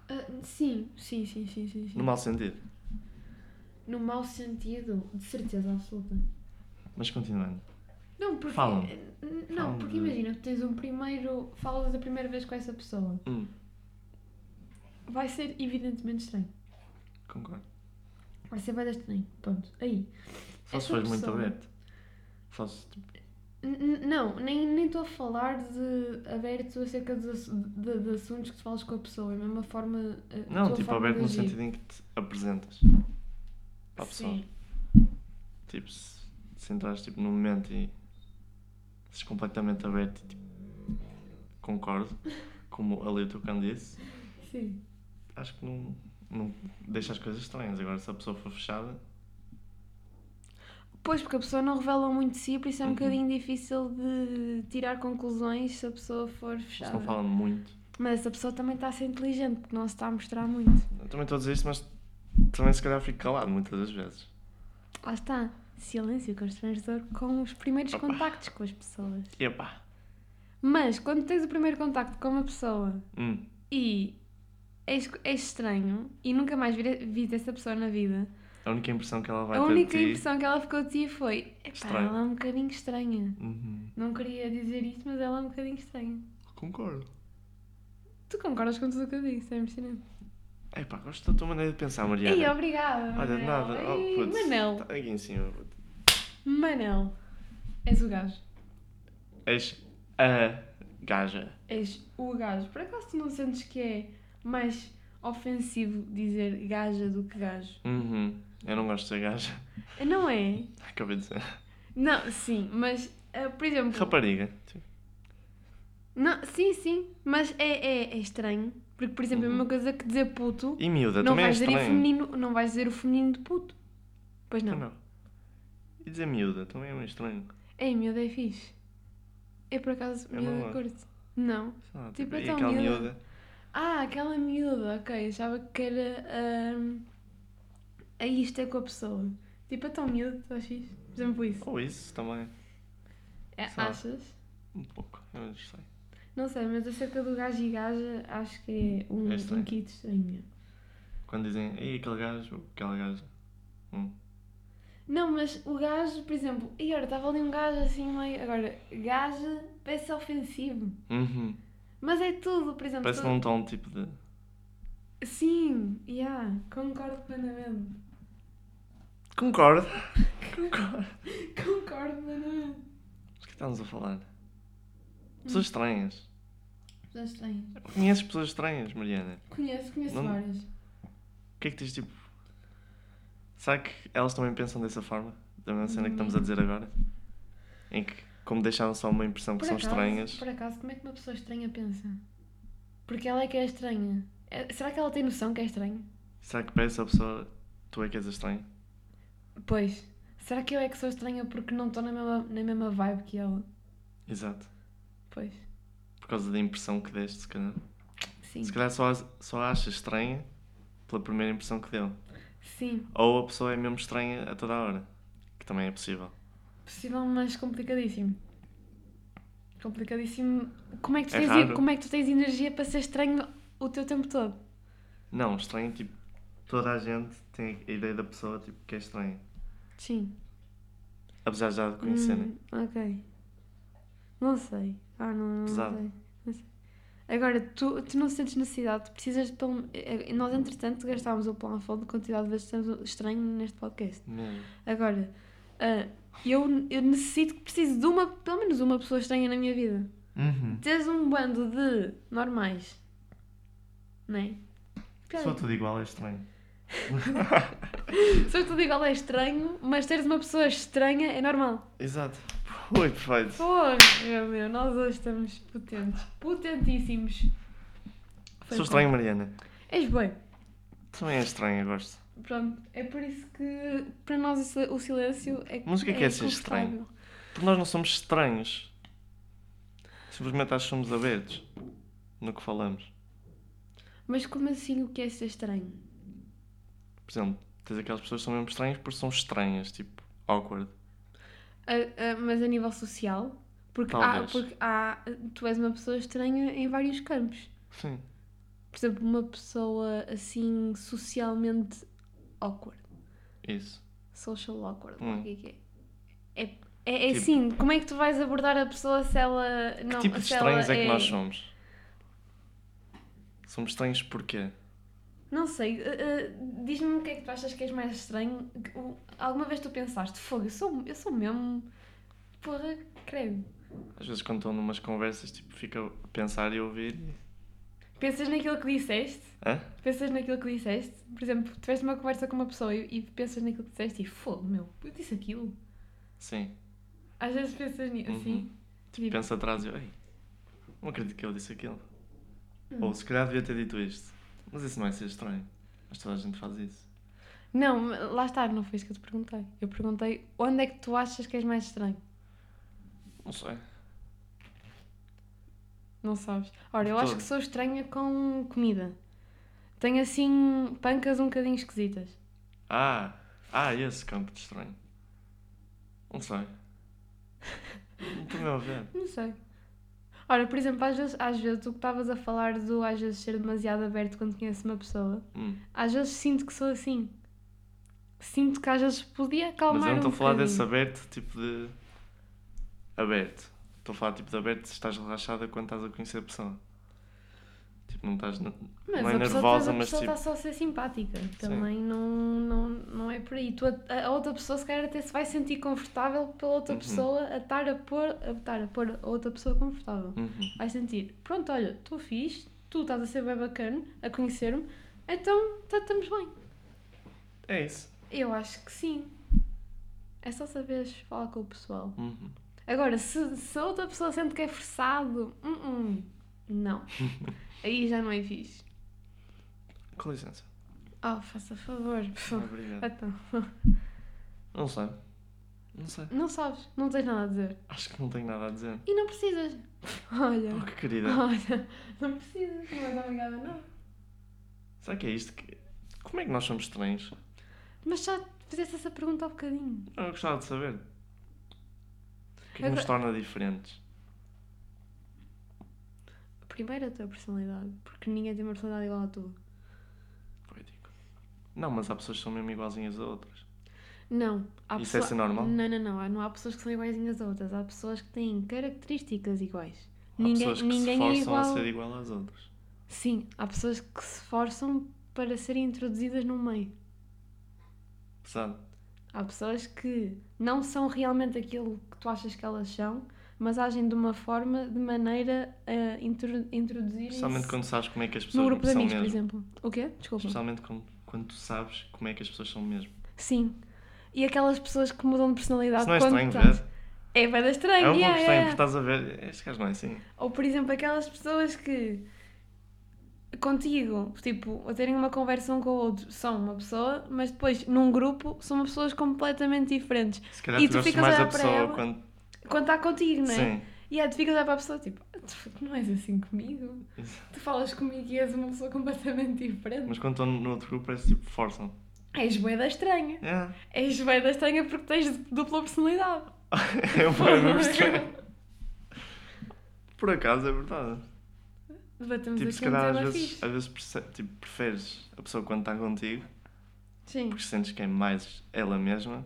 [SPEAKER 1] Ah, sim, sim, sim, sim, sim. sim.
[SPEAKER 2] No mau sentido.
[SPEAKER 1] No mau sentido, de certeza absoluta.
[SPEAKER 2] Mas continuando.
[SPEAKER 1] Não, porque. eh,
[SPEAKER 2] Fala.
[SPEAKER 1] N- Não,
[SPEAKER 2] Fala
[SPEAKER 1] porque
[SPEAKER 2] de-
[SPEAKER 1] imagina, tu tens um primeiro. Falas a primeira vez com essa pessoa.
[SPEAKER 2] Hum,
[SPEAKER 1] Vai ser evidentemente estranho.
[SPEAKER 2] concordo.
[SPEAKER 1] Vai ser bem estranho. Pronto. Aí.
[SPEAKER 2] Só se
[SPEAKER 1] Essa
[SPEAKER 2] fores muito
[SPEAKER 1] pessoa-
[SPEAKER 2] aberto. Só se tipo,
[SPEAKER 1] N- n- Não, nem nem estou a falar de aberto acerca de, ass- de, de assuntos que tu falas com a pessoa. É mesmo a forma. a
[SPEAKER 2] Não,
[SPEAKER 1] tua
[SPEAKER 2] tipo
[SPEAKER 1] forma
[SPEAKER 2] aberto
[SPEAKER 1] de
[SPEAKER 2] no
[SPEAKER 1] agir.
[SPEAKER 2] sentido em que te apresentas à pessoa.
[SPEAKER 1] Sim.
[SPEAKER 2] Tipo, se, se entrares tipo, no momento e és completamente aberto e tipo, concordo, como ali o teu cão disse,
[SPEAKER 1] Sim.
[SPEAKER 2] acho que não, não deixa as coisas estranhas. Agora, se a pessoa for fechada,
[SPEAKER 1] Pois, porque a pessoa não revela muito de si, por isso é um
[SPEAKER 2] Uhum.
[SPEAKER 1] bocadinho difícil de tirar conclusões se a pessoa for
[SPEAKER 2] se
[SPEAKER 1] fechada.
[SPEAKER 2] não fala muito.
[SPEAKER 1] Mas essa pessoa também está a ser inteligente, porque não se está a mostrar muito.
[SPEAKER 2] Eu também estou a dizer isso, mas também se calhar fico calado muitas das vezes.
[SPEAKER 1] Lá está, silêncio constrangedor com os primeiros
[SPEAKER 2] Opa.
[SPEAKER 1] contactos com as pessoas.
[SPEAKER 2] E opá,
[SPEAKER 1] Mas quando tens o primeiro contacto com uma pessoa
[SPEAKER 2] hum,
[SPEAKER 1] e és, és estranho e nunca mais vira- vis essa pessoa na vida,
[SPEAKER 2] a única impressão que ela vai
[SPEAKER 1] a
[SPEAKER 2] ter
[SPEAKER 1] única
[SPEAKER 2] de ti.
[SPEAKER 1] impressão que ela ficou de ti foi: epá,
[SPEAKER 2] Estranho.
[SPEAKER 1] ela é um bocadinho estranha.
[SPEAKER 2] Uhum,
[SPEAKER 1] Não queria dizer isso, mas ela é um bocadinho estranha.
[SPEAKER 2] concordo.
[SPEAKER 1] Tu concordas com tudo o que eu disse, é impressionante.
[SPEAKER 2] Epá, gosto da tua maneira de pensar, Mariana.
[SPEAKER 1] Ei, obrigada!
[SPEAKER 2] Olha,
[SPEAKER 1] Manel.
[SPEAKER 2] nada.
[SPEAKER 1] Ei,
[SPEAKER 2] Oh, putz,
[SPEAKER 1] Manel,
[SPEAKER 2] Tá aqui em cima. puto.
[SPEAKER 1] Manel, és o gajo.
[SPEAKER 2] És a gaja.
[SPEAKER 1] És o gajo. Por acaso tu não sentes que é mais ofensivo dizer gaja do que gajo?
[SPEAKER 2] Uhum. Eu não gosto de ser gaja.
[SPEAKER 1] Não é?
[SPEAKER 2] Acabei de dizer.
[SPEAKER 1] Não, sim, mas ah, por exemplo.
[SPEAKER 2] Rapariga.
[SPEAKER 1] Não, sim, sim, mas é, é, é estranho. Porque, por exemplo, é a mesma coisa que dizer puto.
[SPEAKER 2] E miúda,
[SPEAKER 1] Não
[SPEAKER 2] Uhum. também é
[SPEAKER 1] vais, dizer o
[SPEAKER 2] estranho.
[SPEAKER 1] feminino, não vais dizer o feminino de puto. Pois
[SPEAKER 2] Não,
[SPEAKER 1] não.
[SPEAKER 2] não. E dizer miúda também é meio estranho.
[SPEAKER 1] É, miúda é fixe. É por acaso
[SPEAKER 2] Eu não
[SPEAKER 1] miúda
[SPEAKER 2] gosto.
[SPEAKER 1] curto. Não.
[SPEAKER 2] Sei lá,
[SPEAKER 1] Tipo,
[SPEAKER 2] tipo, e
[SPEAKER 1] então,
[SPEAKER 2] aquela
[SPEAKER 1] miúda.
[SPEAKER 2] miúda.
[SPEAKER 1] Ah, aquela miúda, ok. Achava que era. ahm, a isto é com a pessoa. Tipo, é tão miúdo, estás fixe? Por exemplo, isso.
[SPEAKER 2] Ou isso também.
[SPEAKER 1] É,
[SPEAKER 2] sei lá.
[SPEAKER 1] achas?
[SPEAKER 2] Um pouco. Eu não sei.
[SPEAKER 1] Não sei, mas acerca do gajo e gaja, acho que é um, um
[SPEAKER 2] É estranho.
[SPEAKER 1] kit estranho.
[SPEAKER 2] Quando dizem, ei, aquele gajo, ou aquela gaja. Hum.
[SPEAKER 1] Não, mas o gajo, por exemplo, e ora, estava ali um gajo assim meio. Agora, gaja parece ofensivo.
[SPEAKER 2] Uhum.
[SPEAKER 1] Mas é tudo, por exemplo.
[SPEAKER 2] Parece
[SPEAKER 1] tu-
[SPEAKER 2] num tom tipo de.
[SPEAKER 1] Sim, yeah, concordo plenamente.
[SPEAKER 2] Concordo. Concordo.
[SPEAKER 1] Concordo plenamente.
[SPEAKER 2] Mas O que estamos a falar? Pessoas estranhas.
[SPEAKER 1] Pessoas estranhas.
[SPEAKER 2] Conheces pessoas estranhas, Mariana?
[SPEAKER 1] é Conheço, conheço
[SPEAKER 2] Não-
[SPEAKER 1] várias.
[SPEAKER 2] O que é que tens tipo. Será que elas também pensam dessa forma? Da mesma cena que estamos a
[SPEAKER 1] Hum.
[SPEAKER 2] dizer agora? Em que, como deixaram só uma impressão que são estranhas.
[SPEAKER 1] Por acaso, como é que uma pessoa estranha pensa? Porque ela é que é estranha. É- Será que ela tem noção que é estranha?
[SPEAKER 2] Será que para essa pessoa tu é que és a estranha?
[SPEAKER 1] Pois. Será que eu é que sou estranha porque não estou na mesma, na mesma vibe que ela?
[SPEAKER 2] Exato.
[SPEAKER 1] Pois.
[SPEAKER 2] Por causa da impressão que deste, se calhar.
[SPEAKER 1] Sim.
[SPEAKER 2] Se calhar só, as- só a achas estranha pela primeira impressão que deu.
[SPEAKER 1] Sim.
[SPEAKER 2] Ou a pessoa é mesmo estranha a toda a hora. Que também é possível.
[SPEAKER 1] Possível, mas complicadíssimo. Complicadíssimo. Como é que tu,
[SPEAKER 2] É
[SPEAKER 1] tens,
[SPEAKER 2] raro.
[SPEAKER 1] como é que tu tens energia para ser estranho o teu tempo todo?
[SPEAKER 2] Não, estranho, tipo, toda a gente tem a ideia da pessoa tipo, que é estranha.
[SPEAKER 1] Sim.
[SPEAKER 2] Apesar de já de conhecerem.
[SPEAKER 1] Hum, ok. Não sei. Ah, não, não,
[SPEAKER 2] Pesado.
[SPEAKER 1] sei. não sei. Agora, tu, tu não sentes necessidade, precisas de pelo- eh, Nós, entretanto, gastámos o plafond de quantidade de vezes que estamos estranho neste podcast.
[SPEAKER 2] né? Mesmo.
[SPEAKER 1] Agora, ah, eu, eu necessito que preciso de uma, pelo menos uma pessoa estranha na minha vida.
[SPEAKER 2] Uhum.
[SPEAKER 1] Tens um bando de normais, não é?
[SPEAKER 2] Se for tudo igual é estranho.
[SPEAKER 1] Sou tudo igual, é estranho, mas teres uma pessoa estranha é normal.
[SPEAKER 2] Exato. Oi, perfeito.
[SPEAKER 1] Porra, meu, nós hoje estamos potentes. Potentíssimos. Foi
[SPEAKER 2] Sou
[SPEAKER 1] bom.
[SPEAKER 2] estranho, Mariana.
[SPEAKER 1] És bem.
[SPEAKER 2] Também é estranho, eu gosto.
[SPEAKER 1] Pronto, é por isso que para nós esse- o silêncio é
[SPEAKER 2] Mas o que é que é ser
[SPEAKER 1] confortável.
[SPEAKER 2] Porque nós não somos estranhos. Simplesmente acho que somos abertos no que falamos.
[SPEAKER 1] Mas como assim o que é ser estranho?
[SPEAKER 2] Por exemplo, tens aquelas pessoas que são mesmo estranhas porque são estranhas, tipo, awkward.
[SPEAKER 1] A- a- mas a nível social? Porque, há,
[SPEAKER 2] Talvez.
[SPEAKER 1] porque há, tu és uma pessoa estranha em vários campos.
[SPEAKER 2] Sim.
[SPEAKER 1] Por exemplo, uma pessoa assim socialmente awkward.
[SPEAKER 2] Isso.
[SPEAKER 1] Social awkward,
[SPEAKER 2] Hum.
[SPEAKER 1] o que é que é? É, é, é
[SPEAKER 2] Tipo-
[SPEAKER 1] assim, como é que tu vais abordar a pessoa se ela não
[SPEAKER 2] que tipo de
[SPEAKER 1] se ela
[SPEAKER 2] estranhos é... que nós somos? Somos estranhos porquê?
[SPEAKER 1] Não sei, eh, eh, diz-me o que é que tu achas que és mais estranho. Que- o- Alguma vez tu pensaste, fogo, eu sou, eu sou mesmo. Porra, creio.
[SPEAKER 2] Às vezes quando estou numas conversas, tipo, fica a pensar e a ouvir e...
[SPEAKER 1] Pensas naquilo que disseste?
[SPEAKER 2] Hã?
[SPEAKER 1] Pensas naquilo que disseste? Por exemplo, tiveste uma conversa com uma pessoa e, e pensas naquilo que disseste e fogo, meu, eu disse aquilo.
[SPEAKER 2] Sim.
[SPEAKER 1] Às vezes pensas nisso,
[SPEAKER 2] Uhum.
[SPEAKER 1] assim. Tipo,
[SPEAKER 2] Penso atrás e eu, ei, não acredito que eu disse aquilo.
[SPEAKER 1] Hum.
[SPEAKER 2] Ou se calhar devia ter dito isto. Mas isso não é ser estranho. Mas toda a gente faz isso.
[SPEAKER 1] Não, mas lá está, não foi isso que eu te perguntei. Eu perguntei onde é que tu achas que és mais estranho.
[SPEAKER 2] Não sei.
[SPEAKER 1] Não sabes? Ora, eu acho
[SPEAKER 2] Todo.
[SPEAKER 1] que sou estranha com comida. Tenho assim pancas um bocadinho esquisitas.
[SPEAKER 2] Ah, ah, esse campo de estranho. Não sei. Não estou mesmo a ver.
[SPEAKER 1] Não sei. Ora, por exemplo, às vezes, às vezes o que estavas a falar do às vezes ser demasiado aberto quando conheces uma pessoa,
[SPEAKER 2] Hum.
[SPEAKER 1] às vezes sinto que sou assim. Sinto que às vezes podia
[SPEAKER 2] Mas eu
[SPEAKER 1] acalmar
[SPEAKER 2] não
[SPEAKER 1] um
[SPEAKER 2] estou a falar desse
[SPEAKER 1] bocadinho.
[SPEAKER 2] aberto, tipo de. aberto. Estou a falar tipo de aberto se estás relaxada quando estás a conhecer a pessoa. Tipo, não estás. na-
[SPEAKER 1] Mas
[SPEAKER 2] não é
[SPEAKER 1] a pessoa,
[SPEAKER 2] nervosa,
[SPEAKER 1] a
[SPEAKER 2] mas
[SPEAKER 1] pessoa
[SPEAKER 2] tipo.
[SPEAKER 1] está só a ser simpática. Também não, não, não é por aí. Tu, a, a outra pessoa, se calhar, até se vai sentir confortável pela outra
[SPEAKER 2] Uhum.
[SPEAKER 1] pessoa a estar a pôr a, estar a pôr a outra pessoa confortável.
[SPEAKER 2] Uhum.
[SPEAKER 1] Vai sentir, pronto, olha, tu fiz, tu estás a ser bem bacana, a conhecer-me, então tá- estamos bem.
[SPEAKER 2] É isso.
[SPEAKER 1] Eu acho que sim. É só saberes falar com o pessoal.
[SPEAKER 2] Uhum.
[SPEAKER 1] Agora, se, se a outra pessoa sente que é forçado, hum, hum, não. Aí já não é fixe.
[SPEAKER 2] Com licença.
[SPEAKER 1] Oh, faça favor.
[SPEAKER 2] Obrigado.
[SPEAKER 1] Então,
[SPEAKER 2] Não sei. Não sei.
[SPEAKER 1] não sabes, não tens nada a dizer.
[SPEAKER 2] Acho que não tenho nada a dizer.
[SPEAKER 1] E não precisas. Olha,
[SPEAKER 2] Oh, que querida.
[SPEAKER 1] olha, não precisas, não és obrigada, não.
[SPEAKER 2] Será que é isto que. Como é que nós somos estranhos?
[SPEAKER 1] Mas já fizeste essa pergunta há bocadinho.
[SPEAKER 2] Não, eu gostava de saber. O que é que nos
[SPEAKER 1] Agora-
[SPEAKER 2] torna diferentes?
[SPEAKER 1] Primeiro a tua personalidade, porque ninguém tem uma personalidade igual à tua.
[SPEAKER 2] Poético. Não, mas há pessoas que são mesmo igualzinhas a outras.
[SPEAKER 1] Não. Há
[SPEAKER 2] Isso é ser normal?
[SPEAKER 1] Não, não, não. Há- Não há pessoas que são iguaizinhas a outras. Há pessoas que têm características iguais. é
[SPEAKER 2] Há pessoas que se forçam a ser é igual às outras.
[SPEAKER 1] Sim, há pessoas que se forçam para serem introduzidas no meio.
[SPEAKER 2] Pesado.
[SPEAKER 1] Há pessoas que não são realmente aquilo que tu achas que elas são, mas agem de uma forma, de maneira a intro, introduzir
[SPEAKER 2] Especialmente quando sabes como é que as pessoas
[SPEAKER 1] no grupo de
[SPEAKER 2] são
[SPEAKER 1] amigos, por
[SPEAKER 2] mesmo.
[SPEAKER 1] exemplo. O quê? Desculpa.
[SPEAKER 2] Especialmente quando, quando tu sabes como é que as pessoas são mesmo.
[SPEAKER 1] Sim. E aquelas pessoas que mudam de personalidade
[SPEAKER 2] Isso não é
[SPEAKER 1] quando
[SPEAKER 2] estranho,
[SPEAKER 1] estás-
[SPEAKER 2] ver?
[SPEAKER 1] É bem estranho,
[SPEAKER 2] É um pouco
[SPEAKER 1] yeah,
[SPEAKER 2] estranho,
[SPEAKER 1] yeah.
[SPEAKER 2] porque estás a ver. Este gajo não é assim.
[SPEAKER 1] Ou, por exemplo, aquelas pessoas que contigo, tipo, a terem uma conversa um com o outro, são uma pessoa, mas depois, num grupo, são pessoas completamente diferentes.
[SPEAKER 2] Se calhar
[SPEAKER 1] E
[SPEAKER 2] tu
[SPEAKER 1] tu
[SPEAKER 2] gostas
[SPEAKER 1] ficas
[SPEAKER 2] mais
[SPEAKER 1] a
[SPEAKER 2] da
[SPEAKER 1] olhar para
[SPEAKER 2] pessoa
[SPEAKER 1] ela,
[SPEAKER 2] quando.
[SPEAKER 1] Quando está contigo, não é?
[SPEAKER 2] Sim.
[SPEAKER 1] E é, tu ficas a olhar para a pessoa, tipo, tu não és assim comigo?
[SPEAKER 2] Isso.
[SPEAKER 1] Tu falas comigo e és uma pessoa completamente diferente.
[SPEAKER 2] Mas quando estão no outro grupo, parece tipo forçam.
[SPEAKER 1] És boeda estranha.
[SPEAKER 2] Yeah.
[SPEAKER 1] És boeda estranha porque tens dupla personalidade.
[SPEAKER 2] É um problema estranho. Por acaso é verdade.
[SPEAKER 1] Debatemos
[SPEAKER 2] tipo,
[SPEAKER 1] aqui
[SPEAKER 2] se
[SPEAKER 1] um
[SPEAKER 2] calhar às
[SPEAKER 1] tema
[SPEAKER 2] vezes,
[SPEAKER 1] fixe.
[SPEAKER 2] às vezes perce- tipo, preferes a pessoa quando está contigo
[SPEAKER 1] Sim.
[SPEAKER 2] porque sentes que é mais ela mesma.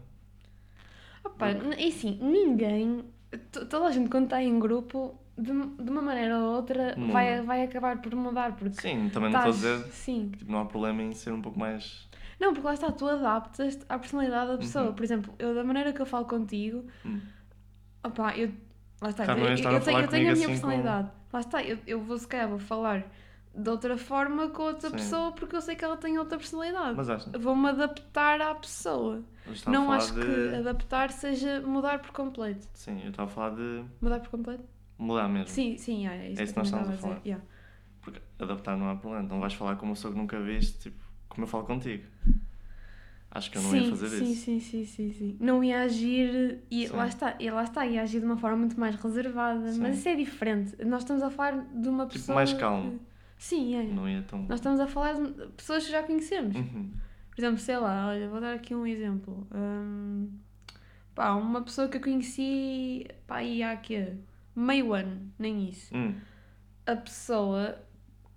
[SPEAKER 1] Opa, n- é assim, ninguém, to- toda a gente quando está em grupo, de, de uma maneira ou outra,
[SPEAKER 2] Muda.
[SPEAKER 1] vai, vai acabar por mudar, porque
[SPEAKER 2] Hum. Sim, também não estou a
[SPEAKER 1] estás-
[SPEAKER 2] dizer.
[SPEAKER 1] Sim.
[SPEAKER 2] Tipo, não há problema em ser um pouco mais.
[SPEAKER 1] Não, porque lá está, tu adaptas-te à personalidade da pessoa.
[SPEAKER 2] Uhum.
[SPEAKER 1] Por exemplo, eu da maneira que eu falo contigo,
[SPEAKER 2] Hum.
[SPEAKER 1] opa, eu. Lá está,
[SPEAKER 2] Cá
[SPEAKER 1] eu,
[SPEAKER 2] não ias
[SPEAKER 1] eu,
[SPEAKER 2] estar a
[SPEAKER 1] eu tenho,
[SPEAKER 2] falar
[SPEAKER 1] eu tenho a minha
[SPEAKER 2] comigo assim com-
[SPEAKER 1] personalidade. Lá está, eu, eu vou se calhar vou falar de outra forma com outra
[SPEAKER 2] Sim.
[SPEAKER 1] pessoa porque eu sei que ela tem outra personalidade.
[SPEAKER 2] Mas acho.
[SPEAKER 1] Vou-me adaptar à pessoa.
[SPEAKER 2] eu estava a
[SPEAKER 1] não
[SPEAKER 2] falar
[SPEAKER 1] acho
[SPEAKER 2] de...
[SPEAKER 1] que adaptar seja mudar por completo.
[SPEAKER 2] Sim, eu estava a falar de
[SPEAKER 1] Mudar por completo?
[SPEAKER 2] mudar mesmo.
[SPEAKER 1] Sim, sim, é,
[SPEAKER 2] É
[SPEAKER 1] isso
[SPEAKER 2] isso
[SPEAKER 1] que
[SPEAKER 2] que nós
[SPEAKER 1] eu
[SPEAKER 2] estamos a
[SPEAKER 1] estava dizer,
[SPEAKER 2] falar.
[SPEAKER 1] yeah.
[SPEAKER 2] Então Porque adaptar não há problema. Não vais falar com uma pessoa que nunca viste, tipo, Como eu falo contigo. Acho que eu não
[SPEAKER 1] sim,
[SPEAKER 2] ia fazer
[SPEAKER 1] sim,
[SPEAKER 2] isso.
[SPEAKER 1] sim, sim, sim, sim. Não ia agir e
[SPEAKER 2] Sim.
[SPEAKER 1] lá está, e lá está, ia agir de uma forma muito mais reservada,
[SPEAKER 2] Sim.
[SPEAKER 1] mas isso é diferente. Nós estamos a falar de uma
[SPEAKER 2] Tipo,
[SPEAKER 1] pessoa.
[SPEAKER 2] mais calmo.
[SPEAKER 1] que- Sim, é.
[SPEAKER 2] Não ia tão.
[SPEAKER 1] Nós estamos a falar de pessoas que já conhecemos.
[SPEAKER 2] Uhum.
[SPEAKER 1] Por exemplo, sei lá, olha, vou dar aqui um exemplo. Hum, pá, uma pessoa que eu conheci pá, aí há quê? meio ano, nem isso.
[SPEAKER 2] Hum.
[SPEAKER 1] A pessoa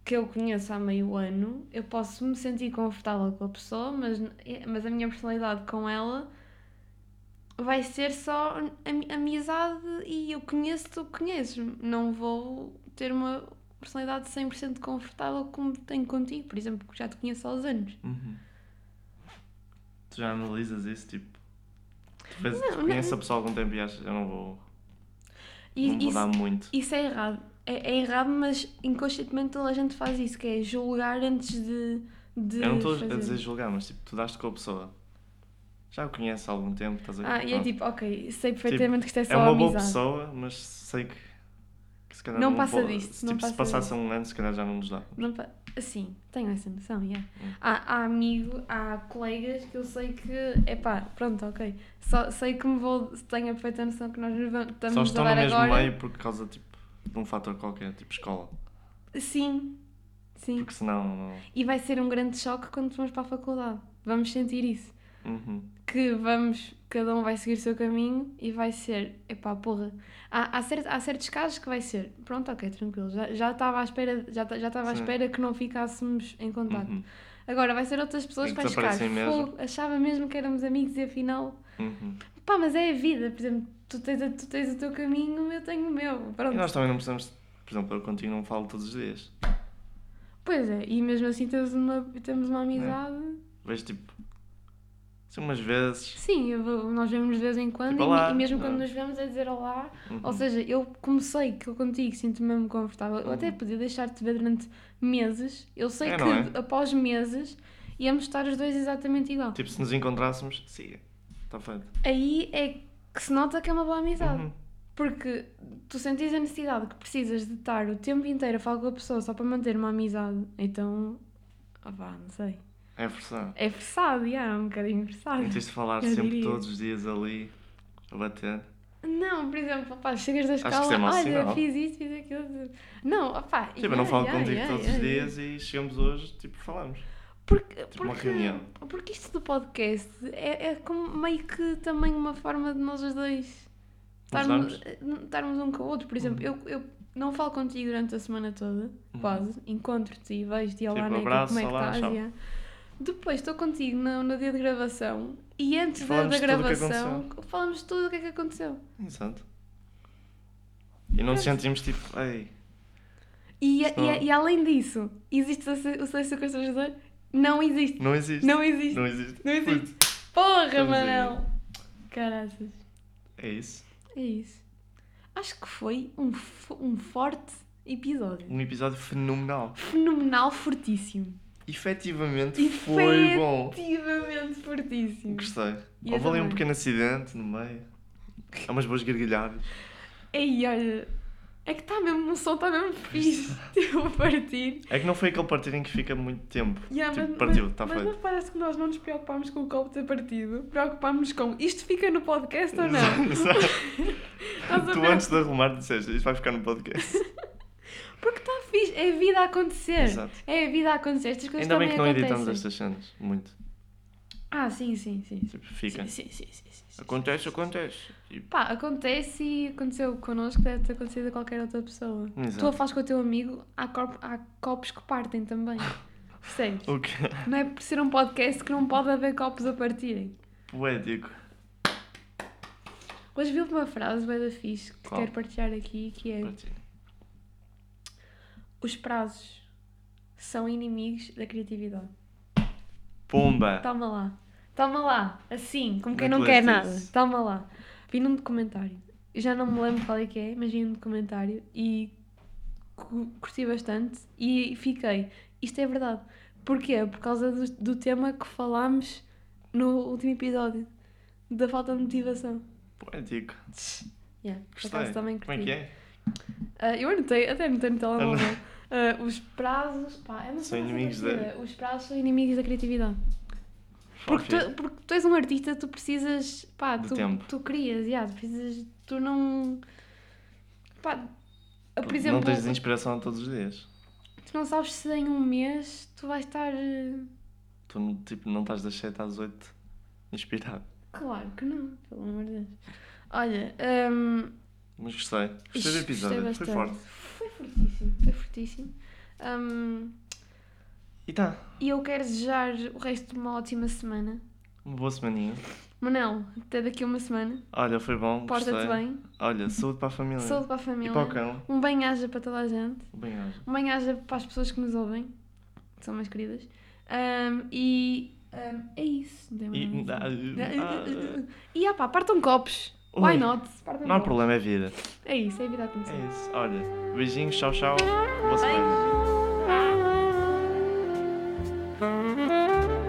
[SPEAKER 1] que eu conheço há meio ano, eu posso me sentir confortável com a pessoa, mas, mas a minha personalidade com ela vai ser só ami- amizade e eu conheço, tu conheces-me. Não vou ter uma personalidade 100% confortável como tenho contigo, por exemplo, porque já te conheço há uns anos.
[SPEAKER 2] Uhum. Tu já analisas isso, tipo. Tu, vês,
[SPEAKER 1] Não,
[SPEAKER 2] tu
[SPEAKER 1] não-
[SPEAKER 2] conheces a pessoa há algum tempo e achas, eu não vou,
[SPEAKER 1] E
[SPEAKER 2] não vou
[SPEAKER 1] isso-
[SPEAKER 2] dar muito.
[SPEAKER 1] Isso é errado. É, é errado, mas inconscientemente toda a gente faz isso, que é julgar antes de. de
[SPEAKER 2] Eu não estou
[SPEAKER 1] fazer.
[SPEAKER 2] a dizer julgar, mas tipo, tu daste com a pessoa. Já a conheces há algum tempo, estás a
[SPEAKER 1] Ah, e é
[SPEAKER 2] pronto.
[SPEAKER 1] tipo, ok, sei perfeitamente que isto é só
[SPEAKER 2] É uma boa
[SPEAKER 1] amizade.
[SPEAKER 2] pessoa, mas sei que, que se calhar
[SPEAKER 1] Não
[SPEAKER 2] não,
[SPEAKER 1] passa
[SPEAKER 2] vou-
[SPEAKER 1] disto,
[SPEAKER 2] se,
[SPEAKER 1] não
[SPEAKER 2] tipo, se
[SPEAKER 1] passa
[SPEAKER 2] passasse um ano, se calhar já não nos dá.
[SPEAKER 1] Não pa- Sim, tenho essa noção, yeah.
[SPEAKER 2] Hum.
[SPEAKER 1] há, há amigo, há colegas que eu sei que, é pá, pronto, ok. Só, sei que me vou, tenho a perfeita noção que nós nos vamos- estamos
[SPEAKER 2] Só
[SPEAKER 1] a
[SPEAKER 2] estão no
[SPEAKER 1] dar
[SPEAKER 2] mesmo
[SPEAKER 1] agora.
[SPEAKER 2] meio por causa tipo, de um fator qualquer, tipo escola.
[SPEAKER 1] Sim, sim.
[SPEAKER 2] Porque senão. Não...
[SPEAKER 1] E vai ser um grande choque quando formos para a faculdade. Vamos sentir isso.
[SPEAKER 2] Uhum.
[SPEAKER 1] que vamos, cada um vai seguir o seu caminho e vai ser, epá, porra. Há, há, certos, há certos casos que vai ser, pronto, ok, tranquilo, já já estava à espera, já ta- já estava à
[SPEAKER 2] Sim.
[SPEAKER 1] espera que não ficássemos em contato.
[SPEAKER 2] Uhum.
[SPEAKER 1] Agora vai ser outras pessoas
[SPEAKER 2] Em
[SPEAKER 1] que
[SPEAKER 2] que
[SPEAKER 1] vai ficar,
[SPEAKER 2] desaparecem mesmo.
[SPEAKER 1] fogo, achava mesmo que éramos amigos e afinal,
[SPEAKER 2] Uhum.
[SPEAKER 1] pá, mas é a vida, por exemplo, tu tens, a- tu tens o teu caminho, eu tenho o meu,
[SPEAKER 2] E
[SPEAKER 1] pronto.
[SPEAKER 2] nós também não precisamos. Por exemplo, eu contigo não falo todos os dias.
[SPEAKER 1] Pois é, e mesmo assim temos uma, temos
[SPEAKER 2] É.
[SPEAKER 1] uma amizade.
[SPEAKER 2] Vejo tipo. Assim, umas vezes.
[SPEAKER 1] Sim, eu vou- nós vemos de vez em quando
[SPEAKER 2] Tipo,
[SPEAKER 1] e,
[SPEAKER 2] olá.
[SPEAKER 1] e mesmo quando
[SPEAKER 2] Ah.
[SPEAKER 1] nos vemos é dizer olá.
[SPEAKER 2] Uhum.
[SPEAKER 1] Ou seja, eu comecei que eu contigo sinto-me confortável. Eu até
[SPEAKER 2] Uhum.
[SPEAKER 1] podia deixar-te ver durante meses. Eu sei
[SPEAKER 2] É,
[SPEAKER 1] que
[SPEAKER 2] não
[SPEAKER 1] após meses íamos estar os dois exatamente igual.
[SPEAKER 2] Tipo, se nos encontrássemos, sim, está feito.
[SPEAKER 1] Aí é que se nota que é uma boa amizade.
[SPEAKER 2] Uhum.
[SPEAKER 1] Porque tu sentis a necessidade que precisas de estar o tempo inteiro a falar com a pessoa só para manter uma amizade. Então, ah vá, não sei.
[SPEAKER 2] É forçado.
[SPEAKER 1] É forçado, já, é um bocadinho forçado.
[SPEAKER 2] Metiste a falar
[SPEAKER 1] Eu
[SPEAKER 2] sempre
[SPEAKER 1] diria.
[SPEAKER 2] todos os dias ali, a bater.
[SPEAKER 1] Não, por exemplo, opá, chegas da
[SPEAKER 2] que
[SPEAKER 1] escola,
[SPEAKER 2] isso é mau
[SPEAKER 1] olha,
[SPEAKER 2] sinal."
[SPEAKER 1] fiz isto, fiz aquilo. Não, opá.
[SPEAKER 2] Tipo, eu não falo contigo todos os dias e chegamos hoje, tipo, falamos.
[SPEAKER 1] Porque,
[SPEAKER 2] Tipo uma
[SPEAKER 1] porque,
[SPEAKER 2] reunião.
[SPEAKER 1] porque isto do podcast é, é como meio que também uma forma de nós os dois estarmos, estarmos um com o outro. Por exemplo,
[SPEAKER 2] Hum.
[SPEAKER 1] eu, eu não falo contigo durante a semana toda,
[SPEAKER 2] Uhum.
[SPEAKER 1] quase. Encontro-te e vejo-te e olá,
[SPEAKER 2] Tipo,
[SPEAKER 1] Neca,
[SPEAKER 2] abraço,
[SPEAKER 1] como é que
[SPEAKER 2] olá,
[SPEAKER 1] estás?
[SPEAKER 2] tchau.
[SPEAKER 1] Yeah. Depois estou contigo no, no dia de gravação e antes da,
[SPEAKER 2] Falamos
[SPEAKER 1] da
[SPEAKER 2] de tudo o que
[SPEAKER 1] gravação falamos de tudo o que é que aconteceu.
[SPEAKER 2] Exato. E não nos
[SPEAKER 1] Pronto.
[SPEAKER 2] sentimos tipo, ei,
[SPEAKER 1] E,
[SPEAKER 2] Só-
[SPEAKER 1] e- e além disso, existe o se- o sexo constrangedor? Não existe.
[SPEAKER 2] não existe.
[SPEAKER 1] Não existe.
[SPEAKER 2] Não existe.
[SPEAKER 1] Não existe.
[SPEAKER 2] Puto.
[SPEAKER 1] Porra,
[SPEAKER 2] Estamos
[SPEAKER 1] Manel! Caraças.
[SPEAKER 2] É isso.
[SPEAKER 1] É isso. Acho que foi um, fo- um forte episódio.
[SPEAKER 2] Um episódio fenomenal.
[SPEAKER 1] Fenomenal, fortíssimo.
[SPEAKER 2] Efetivamente foi bom.
[SPEAKER 1] Efetivamente fortíssimo.
[SPEAKER 2] Gostei.
[SPEAKER 1] assim. E eu
[SPEAKER 2] Houve ali um
[SPEAKER 1] também.
[SPEAKER 2] pequeno acidente no meio. Há umas boas gargalhadas.
[SPEAKER 1] Ei, olha. É que está mesmo, o som está mesmo fixe. Tipo, a partir.
[SPEAKER 2] É que não foi aquele partido em que fica muito tempo.
[SPEAKER 1] Yeah,
[SPEAKER 2] tipo,
[SPEAKER 1] mas-
[SPEAKER 2] partiu,
[SPEAKER 1] mas-
[SPEAKER 2] está
[SPEAKER 1] Mas
[SPEAKER 2] feito.
[SPEAKER 1] não parece que nós não nos preocupámos com o copo ter partido. Preocupámos-nos com isto fica no podcast ou não?
[SPEAKER 2] Exato.
[SPEAKER 1] Estás a
[SPEAKER 2] tu
[SPEAKER 1] ver?
[SPEAKER 2] antes de arrumar disseste, isto vai ficar no podcast.
[SPEAKER 1] Porque está fixe, é a vida a acontecer.
[SPEAKER 2] Exato.
[SPEAKER 1] É a vida a acontecer, estas coisas
[SPEAKER 2] Ainda
[SPEAKER 1] também
[SPEAKER 2] bem que não editamos
[SPEAKER 1] acontecem.
[SPEAKER 2] estas cenas. Muito.
[SPEAKER 1] Ah, sim, sim, sim.
[SPEAKER 2] Tipo, fica.
[SPEAKER 1] Sim, sim, sim, sim, sim, sim.
[SPEAKER 2] Acontece, acontece. Tipo,
[SPEAKER 1] Pá, acontece e aconteceu connosco, deve ter acontecido a qualquer outra pessoa.
[SPEAKER 2] Exato.
[SPEAKER 1] Tu a fazes com o teu amigo, há, corp- há copos que partem também. Percebes?
[SPEAKER 2] o que
[SPEAKER 1] Não é por ser um podcast que não pode haver copos a partirem.
[SPEAKER 2] poético.
[SPEAKER 1] Hoje vi uma frase bem da fixe que
[SPEAKER 2] Qual?
[SPEAKER 1] quero partilhar aqui, que é
[SPEAKER 2] Partilha.
[SPEAKER 1] os prazos são inimigos da criatividade.
[SPEAKER 2] Pumba!
[SPEAKER 1] Toma lá. Toma lá. Assim, como quem
[SPEAKER 2] Não
[SPEAKER 1] não,
[SPEAKER 2] te
[SPEAKER 1] quer
[SPEAKER 2] leste
[SPEAKER 1] nada.
[SPEAKER 2] isso.
[SPEAKER 1] Toma lá. Vi num documentário. Eu já não me lembro qual é que é, mas vi um documentário e cu- curti bastante e fiquei. Isto é verdade. Porquê? Por causa do, do tema que falámos no último episódio. Da falta de motivação.
[SPEAKER 2] Poético.
[SPEAKER 1] Yeah, por
[SPEAKER 2] Gostei.
[SPEAKER 1] acaso também
[SPEAKER 2] Como é
[SPEAKER 1] curti.
[SPEAKER 2] que é?
[SPEAKER 1] Ah, eu anotei, até anotei no telemóvel. Ah, os prazos. Pá, é uma
[SPEAKER 2] São
[SPEAKER 1] cena
[SPEAKER 2] inimigos da-
[SPEAKER 1] divertida. Os prazos são inimigos da criatividade. Porque
[SPEAKER 2] Óbvio.
[SPEAKER 1] tu, porque tu és um artista, tu precisas. Pá,
[SPEAKER 2] De
[SPEAKER 1] tu,
[SPEAKER 2] tempo.
[SPEAKER 1] tu crias, yeah, tu precisas. Tu não. Pá, por
[SPEAKER 2] Porque
[SPEAKER 1] exemplo,
[SPEAKER 2] Não tens inspiração todos os dias.
[SPEAKER 1] tu não sabes se em um mês tu vais estar. eh,
[SPEAKER 2] Tu não- tipo, não estás das 7 às 8 inspirado.
[SPEAKER 1] Claro que não, pelo amor de Deus. Olha, hum,
[SPEAKER 2] Mas gostei. Gostei do
[SPEAKER 1] Ixi,
[SPEAKER 2] episódio.
[SPEAKER 1] gostei
[SPEAKER 2] Foi
[SPEAKER 1] bastante.
[SPEAKER 2] forte.
[SPEAKER 1] Foi fortíssimo, foi fortíssimo. Hum,
[SPEAKER 2] E tá.
[SPEAKER 1] e eu quero desejar o resto de uma ótima semana.
[SPEAKER 2] Uma boa semaninha.
[SPEAKER 1] Manel, até daqui a uma semana.
[SPEAKER 2] Olha, foi bom.
[SPEAKER 1] Porta-te
[SPEAKER 2] gostei.
[SPEAKER 1] bem.
[SPEAKER 2] Olha, saúde para a família.
[SPEAKER 1] Saúde para a
[SPEAKER 2] E
[SPEAKER 1] família.
[SPEAKER 2] para o cão.
[SPEAKER 1] Um bem-aja para toda a gente.
[SPEAKER 2] Bem hoje.
[SPEAKER 1] Um bem-aja para as pessoas que nos ouvem, que são mais queridas. Hum, e hum, é isso. não tem mais
[SPEAKER 2] E-
[SPEAKER 1] nada a dizer.
[SPEAKER 2] ah,
[SPEAKER 1] E ah pá, partam copos. Why
[SPEAKER 2] Ui,
[SPEAKER 1] not? Partam
[SPEAKER 2] Não há
[SPEAKER 1] copos.
[SPEAKER 2] problema, é vida.
[SPEAKER 1] É isso, é a vida a acontecer.
[SPEAKER 2] É isso. Olha, beijinhos, tchau, tchau. Boa semana.
[SPEAKER 1] Beijo.